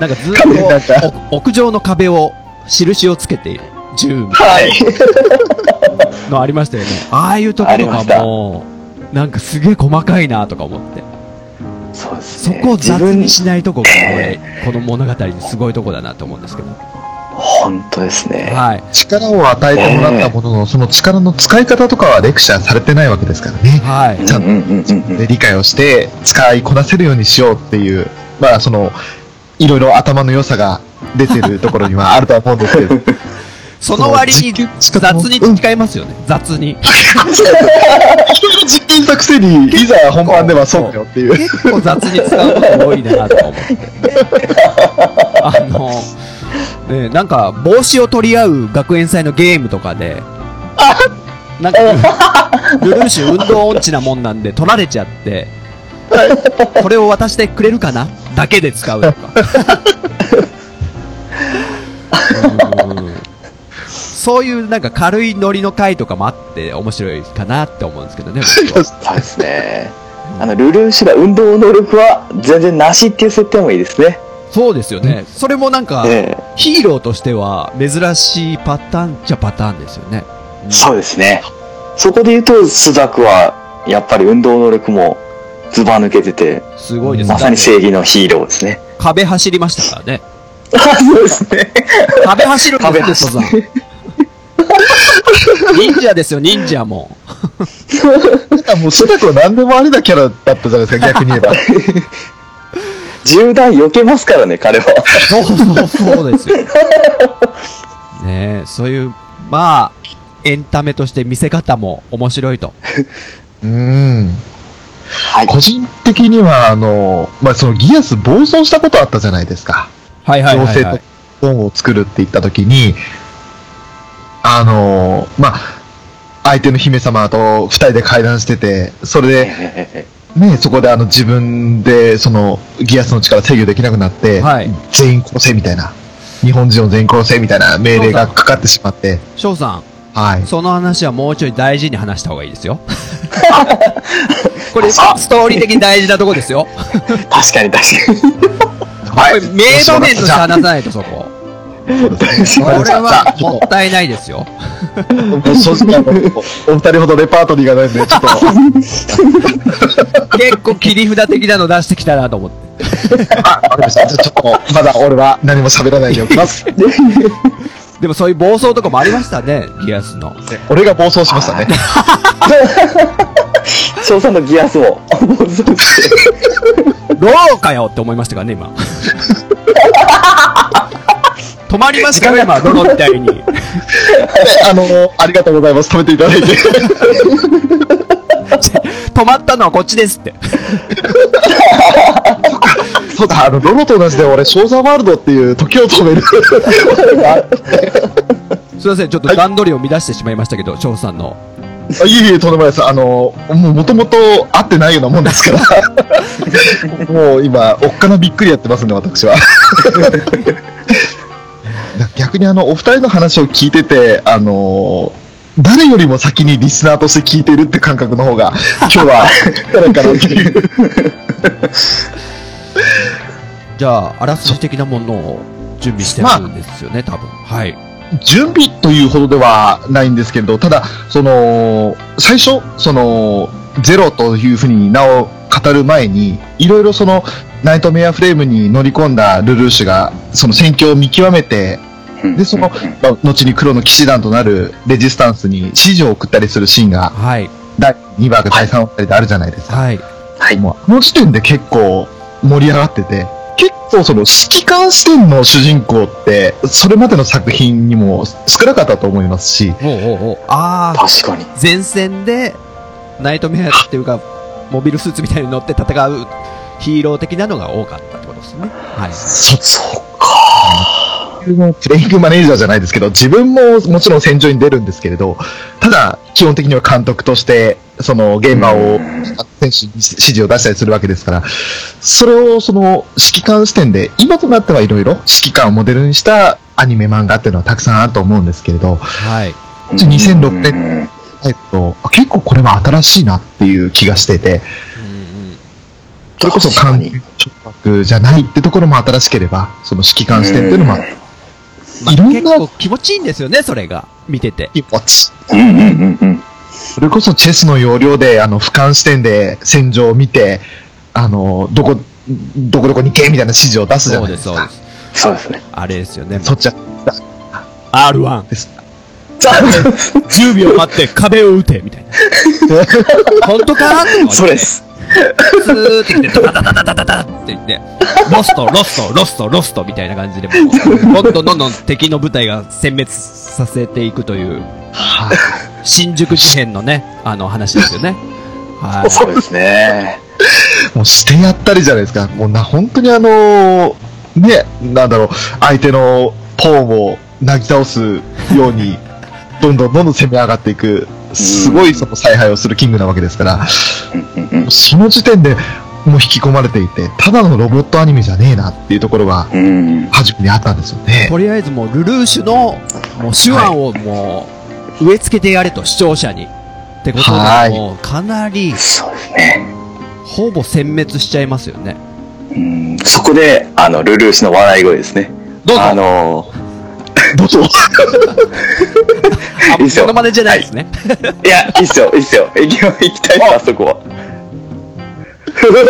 [SPEAKER 3] なんかずっ
[SPEAKER 4] かけてなん
[SPEAKER 3] と
[SPEAKER 4] か
[SPEAKER 3] お屋上の壁を印をつけている銃みた
[SPEAKER 4] はい。
[SPEAKER 3] いなのありましたよね。ああいうと
[SPEAKER 4] あ
[SPEAKER 3] こ
[SPEAKER 4] り
[SPEAKER 3] と
[SPEAKER 4] ま
[SPEAKER 3] か
[SPEAKER 4] した
[SPEAKER 3] も、なんかすげえ細かいなとか思って。
[SPEAKER 4] そうです
[SPEAKER 3] そ
[SPEAKER 4] ね。
[SPEAKER 3] こを雑に
[SPEAKER 4] 自
[SPEAKER 3] しないとこが、こ
[SPEAKER 4] え
[SPEAKER 3] れ、この物語のすごいとこだなと思うんですけど。
[SPEAKER 4] 分本当ですね。
[SPEAKER 3] はい。
[SPEAKER 2] 力を与えてもらったものの、その力の使い方とかはレクチャーされてないわけですからね。
[SPEAKER 3] はい。
[SPEAKER 2] ちゃんと
[SPEAKER 4] うんうんうんうん
[SPEAKER 2] で理解をして使いこなせるようにしようっていう、まあその、いろいろ頭の良さが出てるところにはあるとは思うんですけど、
[SPEAKER 3] その割に
[SPEAKER 2] そう
[SPEAKER 3] 雑に使いますよね。雑に。
[SPEAKER 2] <laughs> 実験したくせに、いざ本番ではそうだよっていう。
[SPEAKER 3] 結構雑に使うこと多いなと思って。あの、ね、なんか、帽子を取り合う学園祭のゲームとかで、なんか、ルルーシュ運動音痴なもんなんで取られちゃって、これを渡してくれるかなだけで使うとか。うんそういうなんか軽いノリの回とかもあって面白いかなって思うんですけどね、僕は
[SPEAKER 4] <laughs> そうですね。あの、ルルーシュが運動能力は全然なしっていう設定もいいですね。
[SPEAKER 3] そうですよね。それもなんか、
[SPEAKER 4] え
[SPEAKER 3] ヒーローとしては珍しいパターンっちゃパターンですよね。
[SPEAKER 4] えそうですね。そこで言うと、スザクは、やっぱり運動能力もズバ抜けてて、
[SPEAKER 3] すごいですね。
[SPEAKER 4] まさに正義のヒーローですね。
[SPEAKER 3] 壁走りましたからね。
[SPEAKER 4] あそうです <laughs> ね。
[SPEAKER 3] 壁走るんです
[SPEAKER 4] 壁
[SPEAKER 3] よ、
[SPEAKER 4] 走
[SPEAKER 3] ソさん。忍者ですよ、忍者も。
[SPEAKER 2] なんかもう、シダ君は何でもありなキャラだったじゃないですか、逆に言え <laughs> ば。
[SPEAKER 4] 銃弾避けますからね、彼は。
[SPEAKER 3] そうそうそうですよ。ねえ、そういう、まあ、エンタメとして見せ方も面白いと。
[SPEAKER 2] うん。
[SPEAKER 4] はい。
[SPEAKER 2] 個人的には、あの、まあ、そのギアス暴走したことあったじゃないですか。
[SPEAKER 3] はいはいはい、は
[SPEAKER 2] 妖
[SPEAKER 3] い。
[SPEAKER 2] 精とンを作るって言った時に、あの、まあ、相手の姫様と二人で会談してて、それで、
[SPEAKER 4] え
[SPEAKER 2] ね、そこであの自分で、その、ギアスの力制御できなくなって、
[SPEAKER 3] はい
[SPEAKER 2] 全員殺せみたいな、日本人を全員殺せみたいな命令がかかってしまって、
[SPEAKER 3] 翔さ
[SPEAKER 2] はい
[SPEAKER 3] ん、。その話はもうちょい大事に話した方がいいです
[SPEAKER 4] <laughs>
[SPEAKER 3] よ。これ、ストーリー的に大事なとこですよ。
[SPEAKER 4] え確かに確かに。
[SPEAKER 2] は
[SPEAKER 3] これ名場面として
[SPEAKER 2] じゃ
[SPEAKER 3] 話さないとそこ。
[SPEAKER 2] あ
[SPEAKER 3] これは
[SPEAKER 2] じゃあ
[SPEAKER 3] もったいないですよ。
[SPEAKER 2] もう正直あの、お二人ほどレパートリーがないんで、ちょ
[SPEAKER 3] <laughs>
[SPEAKER 2] っと、
[SPEAKER 3] 結構切り札的なの出してきたなと思って。
[SPEAKER 2] あ、わかりました。じゃあちょっと、まだ俺は何も喋らないでおき
[SPEAKER 3] <laughs>
[SPEAKER 2] ます。
[SPEAKER 3] でもそういう暴走とかもありましたね、ギアスの。
[SPEAKER 2] 俺が暴走しましたね。
[SPEAKER 3] <laughs>
[SPEAKER 4] 翔さんのギアスも。
[SPEAKER 3] ローかよって思いましたからね、今。止まりましたよ、今、ロロみたいに。 <laughs>
[SPEAKER 2] あの、ありがとうございます。食べていただい
[SPEAKER 3] <laughs>
[SPEAKER 2] て。
[SPEAKER 3] 止まったのはこっちですって。
[SPEAKER 2] そうだ、あの、ロロと同じで俺、ショーザーワールドっていう時を止める。
[SPEAKER 3] すいません、ちょっと段取りを乱してしまいましたけど、翔さんの。
[SPEAKER 2] あいえいえ、とんでもないです。あの、もう元々会ってないようなもんですから。もう今、おっかなびっくりやってますんで、私は。逆にあの、お二人の話を聞いてて、あの誰よりも先にリスナーとして聞いてるって感覚の方が、今日は、誰かなっていう
[SPEAKER 3] じゃあ、あらすじ的なものを準備してるんですよね、多分。はい。
[SPEAKER 2] 準備というほどではないんですけれど、ただ、その、最初、その、ゼロというふうに名を語る前に、いろいろその、ナイトメアフレームに乗り込んだルルーシュが、その戦況を見極めて、で、その、まあ後に黒の騎士団となるレジスタンスに指示を送ったりするシーンが、
[SPEAKER 3] はい。
[SPEAKER 2] 第2話か第3話あたりであるじゃないですか。
[SPEAKER 3] はい。
[SPEAKER 4] はい。
[SPEAKER 2] もうあの時点で結構盛り上がってて、結構その指揮官視点の主人公って、それまでの作品にも少なかったと思いますし、
[SPEAKER 3] おうおうおうああ、
[SPEAKER 4] 確かに。
[SPEAKER 3] 前線で、ナイトメアっていうか、モビルスーツみたいに乗って戦うヒーロー的なのが多かったってことですね。はい。
[SPEAKER 4] そうか。
[SPEAKER 2] プレイングマネージャーじゃないですけど、自分ももちろん戦場に出るんですけれど、ただ、基本的には監督として、その現場を、選手に指示を出したりするわけですから、それをその指揮官視点で、今となってはいろいろ指揮官をモデルにしたアニメ漫画っていうのはたくさんあると思うんですけれど、
[SPEAKER 3] はい。
[SPEAKER 2] 2006年えっと、結構これは新しいなっていう気がしてて、それこそ
[SPEAKER 4] 確か
[SPEAKER 2] 感
[SPEAKER 4] に
[SPEAKER 2] 情覚じゃないってところも新しければ、その指揮官視点っていうのも、いろん
[SPEAKER 3] 結構
[SPEAKER 2] な
[SPEAKER 3] 気持ちいいんですよね、それが。見てて。
[SPEAKER 2] 気持ち。
[SPEAKER 4] うんうんうんうん。
[SPEAKER 2] それこそチェスの要領で、あの、俯瞰視点で戦場を見て、あの、どこ、どこどこに行けみたいな指示を出すじゃ
[SPEAKER 3] そう
[SPEAKER 2] ない
[SPEAKER 3] で、
[SPEAKER 2] ですす
[SPEAKER 3] そう
[SPEAKER 2] か
[SPEAKER 3] で。す。
[SPEAKER 4] そうですね。
[SPEAKER 3] あれですよね。
[SPEAKER 2] そっちは、<laughs>
[SPEAKER 3] R1。
[SPEAKER 2] です。
[SPEAKER 3] 10秒待って壁を打て、みたいな。本当かな
[SPEAKER 4] それで。す。
[SPEAKER 3] スーって言って、ダダダダダダダって言って、ロスト、ロスト、ロスト、ロストみたいな感じで、もうどんどんどんどん敵の部隊が殲滅させていくという、新宿事変のね、あの話ですよね。はい。
[SPEAKER 4] そうですね。
[SPEAKER 2] もうしてやったりじゃないですか。もうな、本当にあのーね、なんだろう、相手のポーンをなぎ倒すように、どんどんどんどん攻め上がっていく、すごいその采配をするキングなわけですから、
[SPEAKER 4] うんうん
[SPEAKER 2] その時点でもう引き込まれていて、ただのロボットアニメじゃねえなっていうところが、
[SPEAKER 4] うん。うん。
[SPEAKER 2] 初めにあったんですよね。
[SPEAKER 3] とりあえずもう、ルルーシュの、もう手腕をもう、植え付けてやれと、視聴者に。ってこと
[SPEAKER 2] は
[SPEAKER 3] が、
[SPEAKER 2] い
[SPEAKER 3] もう、かなり、
[SPEAKER 4] そうですね。
[SPEAKER 3] ほぼ殲滅しちゃいますよね。
[SPEAKER 4] うん。そこで、あの、ルルーシュの笑い声ですね。
[SPEAKER 3] どうぞ
[SPEAKER 4] あの、
[SPEAKER 2] どうぞ。
[SPEAKER 3] あ、
[SPEAKER 4] いいですよ
[SPEAKER 3] モノマネじゃないですね。
[SPEAKER 4] いや、いいっすよ、いいっすよ。行き行きたいです、あそこは。やれ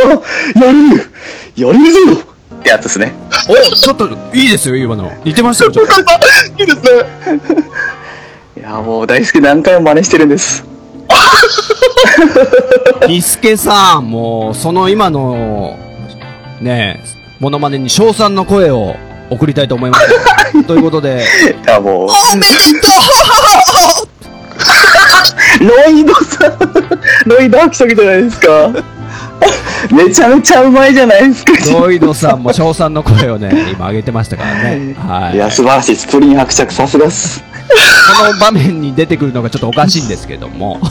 [SPEAKER 4] るやれるぞってやつですね。
[SPEAKER 3] お、ちょっと、いいですよ、今の。似てましたよ、ちょっと。
[SPEAKER 2] いいですね。
[SPEAKER 4] <laughs> いや、もう大好き何回も真似してるんです。
[SPEAKER 3] リスケさん、もう、その今の、ねえ、モノマネに賞賛の声を送りたいと思います。ということで、
[SPEAKER 4] いや、も
[SPEAKER 3] お
[SPEAKER 4] う、
[SPEAKER 3] めでと
[SPEAKER 4] ロイドさん、ロイドアクションじゃないですか。めちゃめちゃうまいじゃないですか。
[SPEAKER 3] うロイドさんも賞賛の声 <laughs> をね、今上げてましたからね。はいい。
[SPEAKER 4] や、素晴らしい。スプリン伯爵、さすがっす。
[SPEAKER 3] この場面に出てくるのがちょっとおかしいんですけど <laughs> も。ま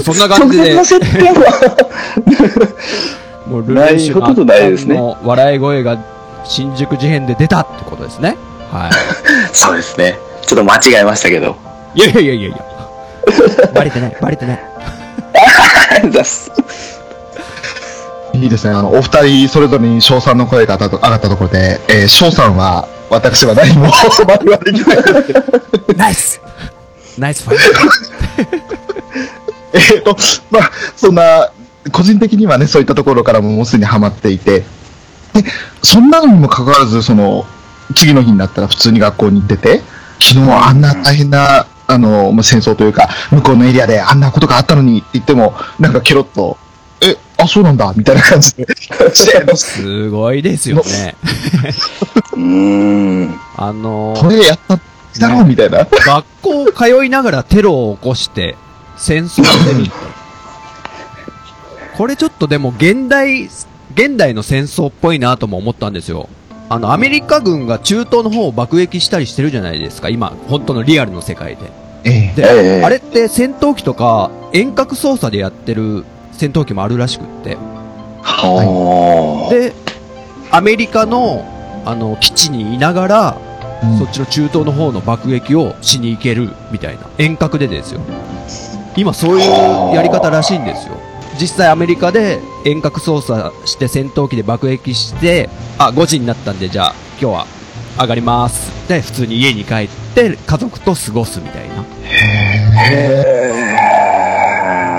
[SPEAKER 3] あそんな感じで
[SPEAKER 4] 直接の、設定は。 <laughs>
[SPEAKER 3] もうルーシュ
[SPEAKER 4] ないことないですね
[SPEAKER 3] の笑い声が新宿事変で出たってことですね。はい。
[SPEAKER 4] そうですね。ちょっと間違えましたけど。
[SPEAKER 3] いやいやいやいやいや。バレてない、バレてない。
[SPEAKER 4] ざっす
[SPEAKER 2] いいですね。あの、お二人それぞれに翔さんの声が上がったと上がったところで、えー、翔さんは、私は何も <laughs> 丸はできない。
[SPEAKER 3] ナイスナイスファイ
[SPEAKER 2] えっと、まあ、そんな、個人的にはね、そういったところからももうすでにハマっていて、で、そんなのにもかかわらず、その、次の日になったら普通に学校に行ってて、昨日あんな大変な、あの、まあ、戦争というか、向こうのエリアであんなことがあったのにって言っても、なんかケロッと、え、あ、そうなんだ、みたいな感じで、して、
[SPEAKER 3] すごいですよね。
[SPEAKER 4] うーん。
[SPEAKER 3] あのー
[SPEAKER 2] <laughs> これやったんだろう、みたいな。
[SPEAKER 3] 学校通いながらテロを起こして、戦争をしてみるこれちょっとでも現代、現代の戦争っぽいなとも思ったんですよ。あの、アメリカ軍が中東の方を爆撃したりしてるじゃないですか、今、本当のリアルの世界で。
[SPEAKER 2] ええ。
[SPEAKER 3] で、
[SPEAKER 4] ええ
[SPEAKER 3] あれって戦闘機とか遠隔操作でやってる戦闘機もあるらしくって。
[SPEAKER 4] は
[SPEAKER 3] で、アメリカの、あの、基地にいながら、
[SPEAKER 2] うん
[SPEAKER 3] そっちの中東の方の爆撃をしに行けるみたいな、遠隔でですよ。今そういうやり方らしいんですよ。実際アメリカで遠隔操作して戦闘機で爆撃して、あ、5時になったんでじゃあ今日は上がりますって普通に家に帰って家族と過ごすみたいな。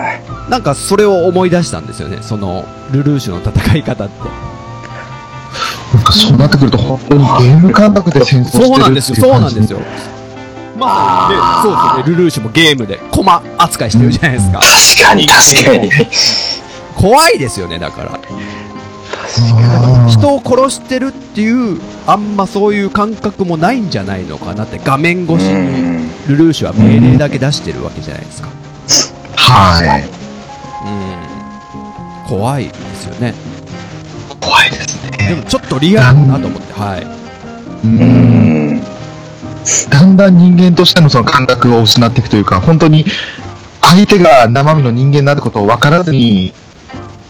[SPEAKER 4] あ。
[SPEAKER 3] なんかそれを思い出したんですよね。そのルルーシュの戦い方って。
[SPEAKER 2] なんかそうなってくると、本当にゲーム感覚で戦争してる
[SPEAKER 3] そうなん
[SPEAKER 2] ってい
[SPEAKER 3] ですよ、そうなんです
[SPEAKER 2] よ。
[SPEAKER 3] よ。まあ、でそうですよね、ルルーシュもゲームでコマ扱いしてるじゃないですか。
[SPEAKER 4] 確かに、確かに。
[SPEAKER 3] 怖いですよね、だから。人を殺してるっていう、あんまそういう感覚もないんじゃないのかなって、画面越しに
[SPEAKER 4] うん
[SPEAKER 3] ルルーシュは命令だけ出してるわけじゃないですか。
[SPEAKER 2] はい。
[SPEAKER 3] うん。怖いですよね。
[SPEAKER 2] 怖いです
[SPEAKER 3] で
[SPEAKER 2] ね。
[SPEAKER 3] もちょっとリアルだなと思って、はい。
[SPEAKER 2] う
[SPEAKER 4] うんん。
[SPEAKER 2] だんだん人間としてのその感覚を失っていくというか、本当に相手が生身の人間なんてことを分からずに、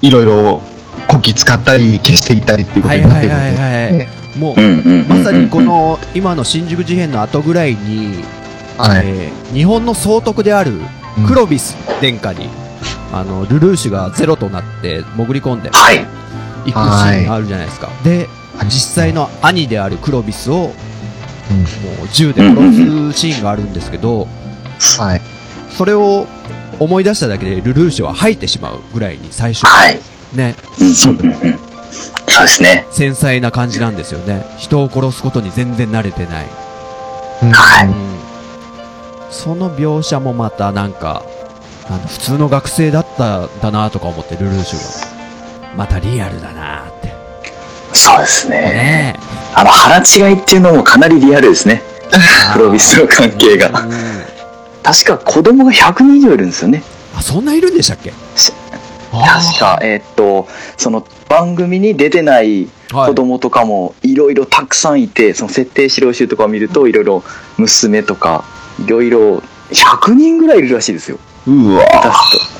[SPEAKER 2] いろいろこき使ったり、消していったりっていうこと
[SPEAKER 3] はい
[SPEAKER 2] になって
[SPEAKER 3] はい
[SPEAKER 2] いくの
[SPEAKER 3] はい
[SPEAKER 2] で、
[SPEAKER 3] はい。もう
[SPEAKER 4] う、んうん。
[SPEAKER 3] まさにこ、の、今の新宿事変の後ぐらいに、
[SPEAKER 2] はい。
[SPEAKER 3] えー日本の総督であるクロビス殿下に、あのルルーシュがゼロとなって潜り込んでいく
[SPEAKER 4] はい。
[SPEAKER 3] シーンがあるじゃないですか、で実際の兄であるクロビスをもう銃で殺すシーンがあるんですけど、
[SPEAKER 2] はい。
[SPEAKER 3] それを思い出しただけでルルーシュは吐いてしまうぐらいに最初
[SPEAKER 4] はい。
[SPEAKER 3] ね
[SPEAKER 4] うんうんうんうんそうですね。
[SPEAKER 3] 繊細な感じなんですよね。人を殺すことに全然慣れてない。
[SPEAKER 2] うん
[SPEAKER 4] はい
[SPEAKER 3] うんその描写もまたなんか、なんだ普通の学生だったんだなとか思って、ルルーシュが。またリアルだなって。
[SPEAKER 4] そうですね。
[SPEAKER 3] ね
[SPEAKER 4] あの、腹違いっていうのもかなりリアルですね。 <laughs> プロビスの関係
[SPEAKER 3] え。
[SPEAKER 4] が。
[SPEAKER 3] うん
[SPEAKER 4] 確か子供が100人以上いるんですよね。
[SPEAKER 3] あ、そんないるんでしたっけ
[SPEAKER 4] し
[SPEAKER 3] あ
[SPEAKER 4] 確か、えーっと、その番組に出てない
[SPEAKER 3] ーはい
[SPEAKER 4] 子供とかもいろいろたくさんいて、その設定資料集とかを見るといろいろ娘とかいろいろ100人ぐらいいるらしいですよ。
[SPEAKER 2] うわ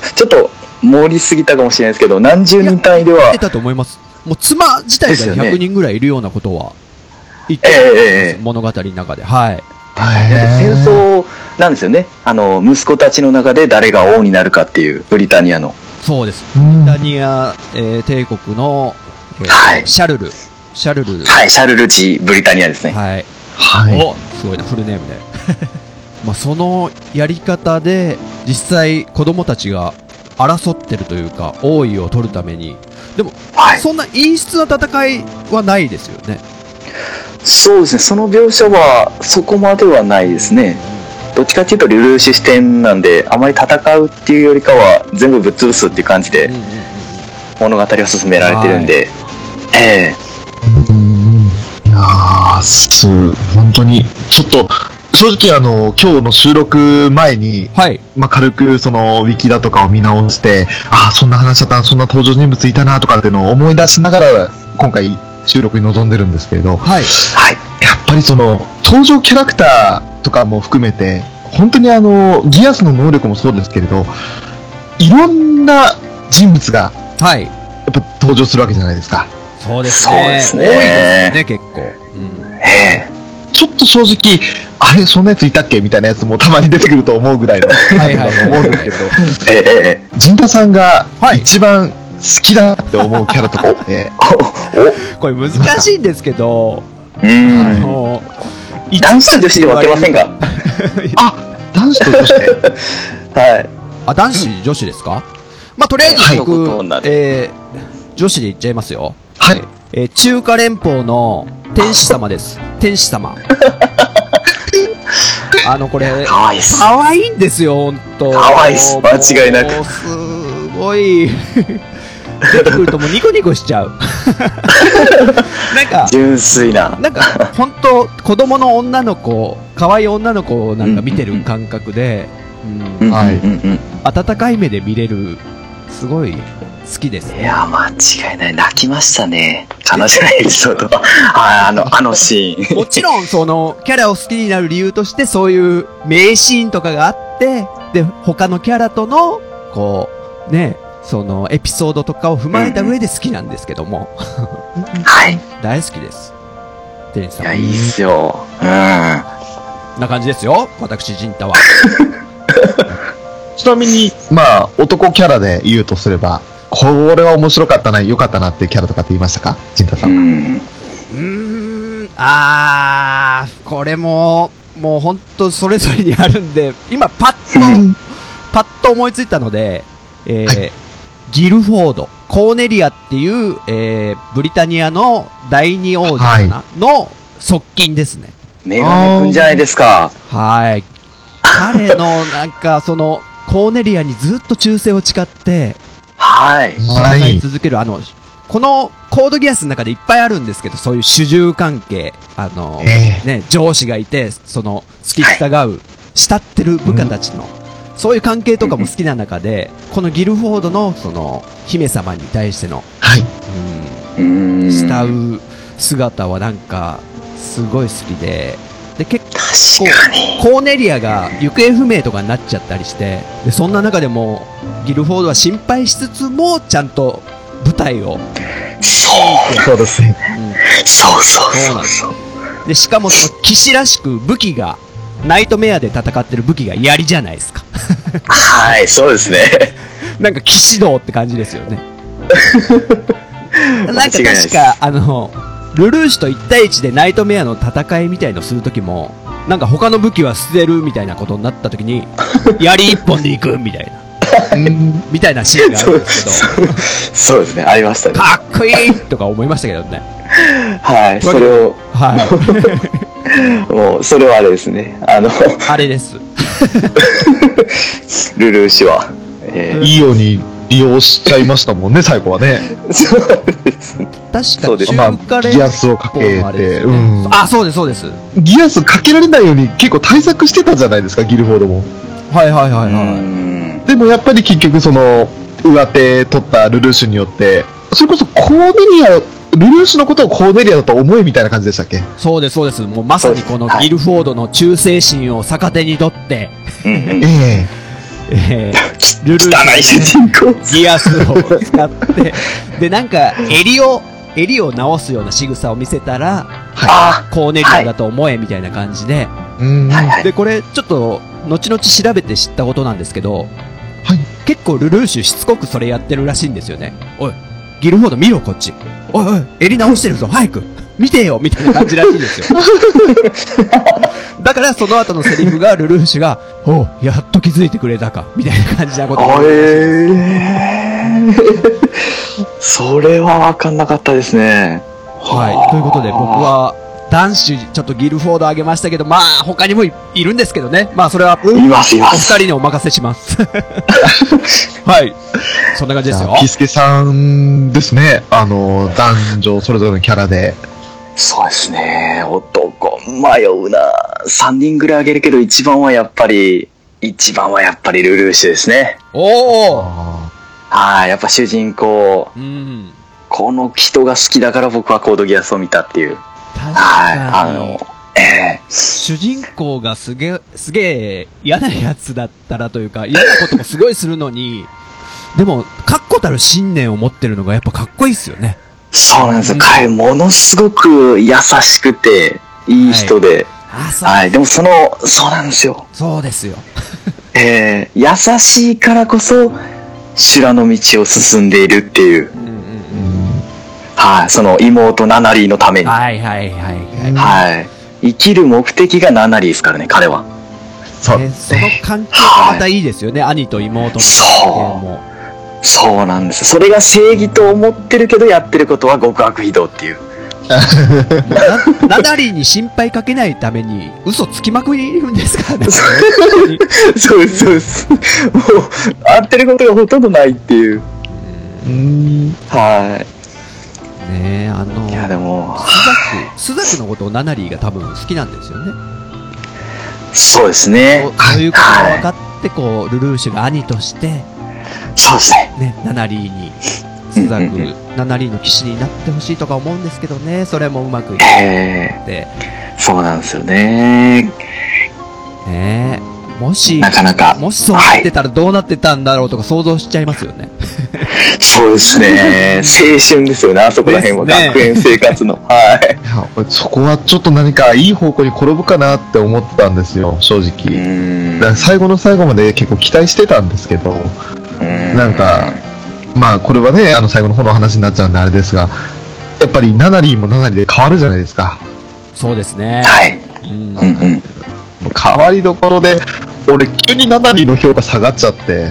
[SPEAKER 4] 出すとちょっと盛りすぎたかもしれないですけど、何十人単位では
[SPEAKER 3] 出、たと思います。もう妻自体
[SPEAKER 4] ですよ
[SPEAKER 3] が
[SPEAKER 4] ね
[SPEAKER 3] 100人ぐらいいるようなことは言っ
[SPEAKER 4] ええ
[SPEAKER 3] てます、
[SPEAKER 4] えええ
[SPEAKER 3] 物語の中で。はい。
[SPEAKER 2] 大
[SPEAKER 4] え戦
[SPEAKER 2] 変。
[SPEAKER 4] 争なんですよね。あの、息子たちの中で誰が王になるかっていう、ブリタニアの。
[SPEAKER 3] そうです。
[SPEAKER 2] うん
[SPEAKER 3] ダニア、えー帝国の、えー
[SPEAKER 4] はい
[SPEAKER 3] シャルル。シャルル。
[SPEAKER 4] はい、シャルル・ジ・ブリタニアですね。
[SPEAKER 3] はい。
[SPEAKER 2] はい。
[SPEAKER 3] おすごいな、フルネームで。 <laughs> まあ、そのやり方で、実際子供たちが争ってるというか、王位を取るために、
[SPEAKER 4] はい。
[SPEAKER 3] そんな陰湿な戦いはないですよね。
[SPEAKER 4] そうですね、その描写はそこまではないですね。どっちかっていうと、ルルーシュ視点なんで、あまり戦うっていうよりかは、全部ぶっ潰すっていう感じ
[SPEAKER 3] う
[SPEAKER 4] で
[SPEAKER 3] んうんうんうん
[SPEAKER 4] 物語を進められてるんで、え
[SPEAKER 2] うんいやー、す、本当に、ちょっと、正直あの、今日の収録前に、
[SPEAKER 3] はい。
[SPEAKER 2] まあ、軽くそのウィキだとかを見直して、ああ、そんな話だったな、そんな登場人物いたなとかっていうのを思い出しながら、今回収録に臨んでるんですけれど、やっ
[SPEAKER 3] はい。
[SPEAKER 4] えはい。
[SPEAKER 2] ぱりその登場キャラクターとかも含めて、本当にあの、ギアスの能力もそうですけれど、いろんな人物が
[SPEAKER 3] はい。
[SPEAKER 2] やっぱ登場するわけじゃないですか。
[SPEAKER 3] そうです
[SPEAKER 4] そう
[SPEAKER 3] ね。
[SPEAKER 4] です
[SPEAKER 3] 多いです
[SPEAKER 4] ね。
[SPEAKER 3] ね、結構。うん。
[SPEAKER 4] ええ
[SPEAKER 2] ちょっと正直、あれ、そんなやついたっけみたいなやつもたまに出てくると思うぐらいの。
[SPEAKER 3] はいはいはい
[SPEAKER 2] <laughs> 思うんですけど。
[SPEAKER 4] ええええ
[SPEAKER 2] 陣田さんが
[SPEAKER 3] はい
[SPEAKER 2] 一番好きだなって思うキャラとかって、
[SPEAKER 3] これ難しいんですけど、
[SPEAKER 4] <laughs>
[SPEAKER 3] あ
[SPEAKER 4] うん。
[SPEAKER 3] の、
[SPEAKER 4] 男子と女子で分けませんか
[SPEAKER 2] <laughs> あ男子と女子で。
[SPEAKER 4] はい。
[SPEAKER 3] あ、男子、女子ですかまあ、とりあえず僕、
[SPEAKER 4] はいそういうことになる
[SPEAKER 3] えー、女子でいっちゃいますよ。
[SPEAKER 2] <laughs> はい。
[SPEAKER 3] えー中華連邦の天使様
[SPEAKER 4] <laughs>
[SPEAKER 3] です。天使様。あの、これ、
[SPEAKER 4] かわいいっす。
[SPEAKER 3] 可愛いんですよ、ほんと。
[SPEAKER 4] 可愛いっす間違いなく
[SPEAKER 3] もうすごい、 <laughs> 出てくるともうニコニコしちゃ
[SPEAKER 4] <laughs>
[SPEAKER 3] う。なんか、
[SPEAKER 4] 純粋な。
[SPEAKER 3] なん
[SPEAKER 4] <laughs>
[SPEAKER 3] か、ほんと、子供の女の子、可愛い女の子をなんか見てる感覚で、うん
[SPEAKER 4] うん
[SPEAKER 2] はい
[SPEAKER 4] うんうん
[SPEAKER 3] 温かい目で見れる、すごい好きです
[SPEAKER 4] いや、間違いない。泣きましたね。悲しいエピソード <laughs> は。はい、あの、あのシーン。
[SPEAKER 3] もちろん、その、キャラを好きになる理由として、そういう名シーンとかがあって、で、他のキャラとの、こう、ね、その、エピソードとかを踏まえた上で好きなんですけども、
[SPEAKER 4] はい。
[SPEAKER 3] 大好きです。テニス
[SPEAKER 4] い
[SPEAKER 3] さ
[SPEAKER 4] や、
[SPEAKER 3] ん
[SPEAKER 4] い。いっすよ。うん。は
[SPEAKER 3] な感じですよ、私、ジンタは。
[SPEAKER 2] ちなみに、まあ、男キャラで言うとすれば、これは面白かったな、良かったなっていうキャラとかって言いましたか陣田さ。
[SPEAKER 4] うんん。
[SPEAKER 3] うーん、あー、これも、もうほんとそれぞれにあるんで、今、パ
[SPEAKER 2] <laughs>
[SPEAKER 3] ッと、パッと思いついたので、えーギルフォード、コーネリアっていう、えー、ブリタニアの第二王子かな、の側近ですね。
[SPEAKER 4] メガネくんじゃないですか。
[SPEAKER 3] はい。彼の、なんか、その、コーネリアにずっと忠誠を誓って、
[SPEAKER 4] はい。
[SPEAKER 2] は
[SPEAKER 3] 戦い
[SPEAKER 2] い。
[SPEAKER 3] 続ける、あの、このコードギアスの中でいっぱいあるんですけど、そういう主従関係、あの、
[SPEAKER 2] え
[SPEAKER 3] ね、上司がいて、その、好き従う、慕ってる部下たちの、そういう関係とかも好きな中で、このギルフォードの、その、姫様に対しての、
[SPEAKER 2] はい。
[SPEAKER 4] うー。
[SPEAKER 3] うんん、慕う姿はなんか、すごい好きで、で、結構、
[SPEAKER 4] 確かに。
[SPEAKER 3] コーネリアが行方不明とかになっちゃったりして、で、そんな中でも、ギルフォードは心配しつつも、ちゃんと舞台を、
[SPEAKER 4] そう。
[SPEAKER 2] そうですね。
[SPEAKER 4] そうそうそうそう。
[SPEAKER 3] で、しかもその騎士らしく武器が、ナイトメアで戦ってる武器が槍じゃないですか。
[SPEAKER 4] はい、そうですね。
[SPEAKER 3] なんか騎士道って感じですよね。 <laughs> なんか
[SPEAKER 4] 間違いないで
[SPEAKER 3] 確
[SPEAKER 4] す
[SPEAKER 3] か、あの、ルルーシュと1対1でナイトメアの戦いみたいのするときも、
[SPEAKER 4] <laughs>
[SPEAKER 3] なんか他の武器は捨てるみたいなことになったときに、槍一本で行くみたいな。うんみたいなシーンがあ
[SPEAKER 4] そ
[SPEAKER 3] るん
[SPEAKER 4] う
[SPEAKER 3] ですけど、
[SPEAKER 4] そうそうですね、ありましたね。
[SPEAKER 3] かっこいいとか思いましたけどね。
[SPEAKER 4] はい、それを、 <laughs>
[SPEAKER 3] はい。
[SPEAKER 4] もう、それはあれですね、あの、
[SPEAKER 3] あれです。
[SPEAKER 4] ルルー氏は、えー
[SPEAKER 2] いいように利用しちゃいましたもんね、最後はね。
[SPEAKER 4] そうですね。そう
[SPEAKER 3] 確
[SPEAKER 4] です
[SPEAKER 2] ま
[SPEAKER 3] か、中華
[SPEAKER 2] あ、
[SPEAKER 3] レ
[SPEAKER 2] ギアスをかけ
[SPEAKER 3] あれ
[SPEAKER 2] て、
[SPEAKER 3] です
[SPEAKER 2] う
[SPEAKER 3] よね
[SPEAKER 2] ん。
[SPEAKER 3] あ、そうです、そうです。
[SPEAKER 2] ギアスかけられないように結構対策してたじゃないですか、ギルフォードも。
[SPEAKER 3] はいはいは
[SPEAKER 4] う
[SPEAKER 3] いは
[SPEAKER 4] ん
[SPEAKER 2] でもやっぱり結局その、上手取ったルルーシュによって、それこそコーネリア、ルルーシュのことをコーネリアだと思えみたいな感じでしたっけ
[SPEAKER 3] い。そうです、そうです。もうまさにこの
[SPEAKER 4] はい
[SPEAKER 3] ギルフォードの忠誠心を逆手にとって、
[SPEAKER 4] うんうん
[SPEAKER 2] ええ
[SPEAKER 3] えー、ルル
[SPEAKER 4] <laughs> 汚い主人公。
[SPEAKER 3] ギアスを使って、で、なんか、襟を、襟を直すような仕草を見せたら、
[SPEAKER 4] あ
[SPEAKER 3] コーネリアだと思えみたいな感じで、
[SPEAKER 2] うん。
[SPEAKER 4] あ、はいはい。
[SPEAKER 3] で、これ、ちょっと、後々調べて知ったことなんですけど、
[SPEAKER 2] はい
[SPEAKER 3] 結構ルルーシュしつこくそれやってるらしいんですよね。おい、ギルフォード見ろ、こっち。おいおい、襟直してるぞ、早く見てよみたいな感じらしいんですよ。だから、その後のセリフが、ルルーシュが、おう、やっと気づいてくれたか、みたいな感じなことを
[SPEAKER 4] あえー、それは分かんなかったですね。
[SPEAKER 3] はい。ということで、僕は、男子、ちょっとギルフォードあげましたけど、まあ、他にもいいるんですけどね。まあ、それは、お
[SPEAKER 4] い
[SPEAKER 3] 二
[SPEAKER 4] ますいます。
[SPEAKER 3] 人にお任せし
[SPEAKER 4] <laughs>
[SPEAKER 3] ます。はい。そんな感じですよ。
[SPEAKER 2] キスケさんですね。あの、男女それぞれのキャラで。
[SPEAKER 4] そうですね。男、迷うな。3人ぐらいあげるけど、一番はやっぱり、一番はやっぱりルルーシュですね。
[SPEAKER 3] おお
[SPEAKER 2] あ
[SPEAKER 4] はい、やっぱ主人公、
[SPEAKER 3] うん。
[SPEAKER 4] この人が好きだから僕はコードギアスを見たっていう。
[SPEAKER 3] 確
[SPEAKER 4] はい、
[SPEAKER 3] か
[SPEAKER 4] あ
[SPEAKER 3] に
[SPEAKER 4] の、、え
[SPEAKER 3] 主人公がすげえ、すげえ嫌なやつだったらというか、嫌なこともすごいするのに、でも、確固たる信念を持ってるのがやっぱかっこいいっすよね。
[SPEAKER 4] ーそうなんですよ。彼、ものすごく優しくて、いい人で、
[SPEAKER 3] あ、そう、
[SPEAKER 4] はい、でもその、そうなんですよ。
[SPEAKER 3] そうですよ。
[SPEAKER 4] えー優しいからこそ修羅の道を進んでいるっていう、
[SPEAKER 3] うんうん
[SPEAKER 2] ーうん
[SPEAKER 4] はい、その妹ナナリーのために、は
[SPEAKER 3] はいはいはいはい。
[SPEAKER 4] い生きる目的がナナリーですからね彼は
[SPEAKER 2] そう
[SPEAKER 3] ね、その関係がまたいいですよね、兄と妹の関係も。
[SPEAKER 4] そうなんですそれが正義と思ってるけどやってることは極悪非道っていう
[SPEAKER 3] もうな、な <laughs> だりに心配かけないために、嘘つきまくりるんですからね。
[SPEAKER 4] <laughs> そうですそうですもう合ってることがほとんどないっていう
[SPEAKER 2] うん。
[SPEAKER 4] は
[SPEAKER 3] ねえ、あの、
[SPEAKER 4] いいやでも
[SPEAKER 3] スザク、スザクのことをナナリーが多分好きなんですよね。
[SPEAKER 4] そうですね
[SPEAKER 3] そうそういうことが分かって、こう、ルルーシュが兄として、
[SPEAKER 4] そうですね
[SPEAKER 3] ね、ナナリーに、スザ
[SPEAKER 4] うんうんう
[SPEAKER 3] ク、ナナリーの騎士になってほしいとか思うんですけどね、それもうまくいっ
[SPEAKER 4] え
[SPEAKER 3] て。
[SPEAKER 4] ーそうなんですよね
[SPEAKER 3] ねえ、もし、
[SPEAKER 4] なかなか
[SPEAKER 3] もしそうなってたらどうなってたんだろうとか想像しちゃいますよね。
[SPEAKER 4] そうですね。青春ですよね、あそこら辺は。
[SPEAKER 3] ですね
[SPEAKER 4] 学園生活の。はい
[SPEAKER 2] やそこはちょっと何かいい方向に転ぶかなって思ってたんですよ、正
[SPEAKER 4] い。
[SPEAKER 2] 直。
[SPEAKER 4] ん
[SPEAKER 2] だから最後の最後まで結構期待してたんですけど、なんか、まあこれはね、あの最後の方の話になっちゃうんであれですが、やっぱりナナリーもナナリーで変わるじゃないですか。
[SPEAKER 3] そうですね。
[SPEAKER 4] はい。
[SPEAKER 3] うん
[SPEAKER 4] うんうん。
[SPEAKER 2] 変わりどころで、俺急にナナリーの評価下がっちゃって、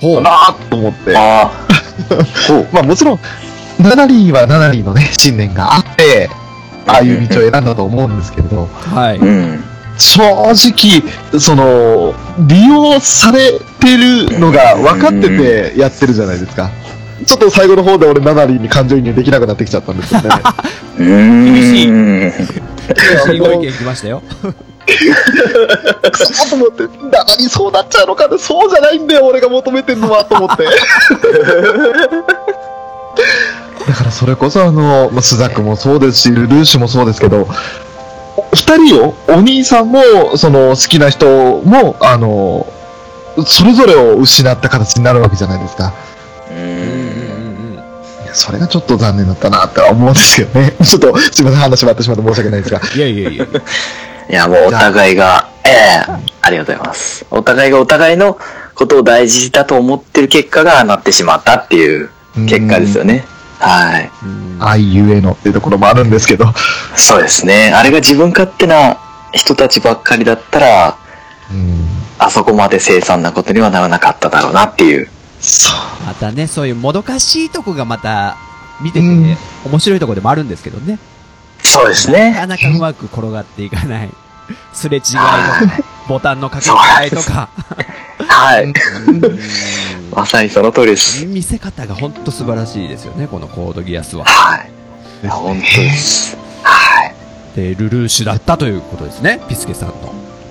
[SPEAKER 3] ほう。
[SPEAKER 2] なあと思って。
[SPEAKER 4] ああ。ほう。。
[SPEAKER 2] まあもちろん、ナナリーはナナリーのね、信念があって、ああいう道を選んだと思うんですけれど、
[SPEAKER 3] はいう
[SPEAKER 4] ん。
[SPEAKER 2] 正直、その、利用されてるのが分かっててやってるじゃないですか。ちょっと最後の方で俺、ナナリーに感情移入できなくなってきちゃったんですよね。
[SPEAKER 4] うーん。
[SPEAKER 3] 厳しい
[SPEAKER 4] い。
[SPEAKER 3] いいご意見来ましたよ。
[SPEAKER 2] くそと思って、ナナリーそうなっちゃうのかなそうじゃないんだよ、俺が求めてるのは、と思って。だからそれこそあの、まあ、スザクもそうですし、ルルーシュもそうですけど、お二人を、お兄さんも、その、好きな人も、あの、それぞれを失った形になるわけじゃないですか。いやそれがちょっと残念だったなって思うんですよね。 <laughs> ちょっと、すいません、話もあってしまって申し訳ないですが。
[SPEAKER 3] いやいやいや。
[SPEAKER 4] いや、もうお互いが、ええありがとうございます。お互いがお互いのことを大事だと思ってる結果がなってしまったっていう結果ですよね。はい。
[SPEAKER 2] 愛ゆえのっていうところもあるんですけど。
[SPEAKER 4] そうですね。あれが自分勝手な人たちばっかりだったら、
[SPEAKER 2] うん
[SPEAKER 4] あそこまで凄惨なことにはならなかっただろうなっていう。
[SPEAKER 2] そう。
[SPEAKER 3] またね、そういうもどかしいとこがまた、見てて、
[SPEAKER 2] うん
[SPEAKER 3] 面白いとこでもあるんですけどね。
[SPEAKER 4] そうです
[SPEAKER 3] な
[SPEAKER 4] ね。
[SPEAKER 3] かなかうまく転がっていかない。すれ違いとか、ボタンのかけ違いとか。
[SPEAKER 4] はい。
[SPEAKER 3] うん
[SPEAKER 4] まさにその通りです。
[SPEAKER 3] 見せ方が本当素晴らしいですよね、このコードギアスは。
[SPEAKER 4] はい。いや本当です。はい。
[SPEAKER 3] で、ルルーシュだったということですね、ピスケさんの。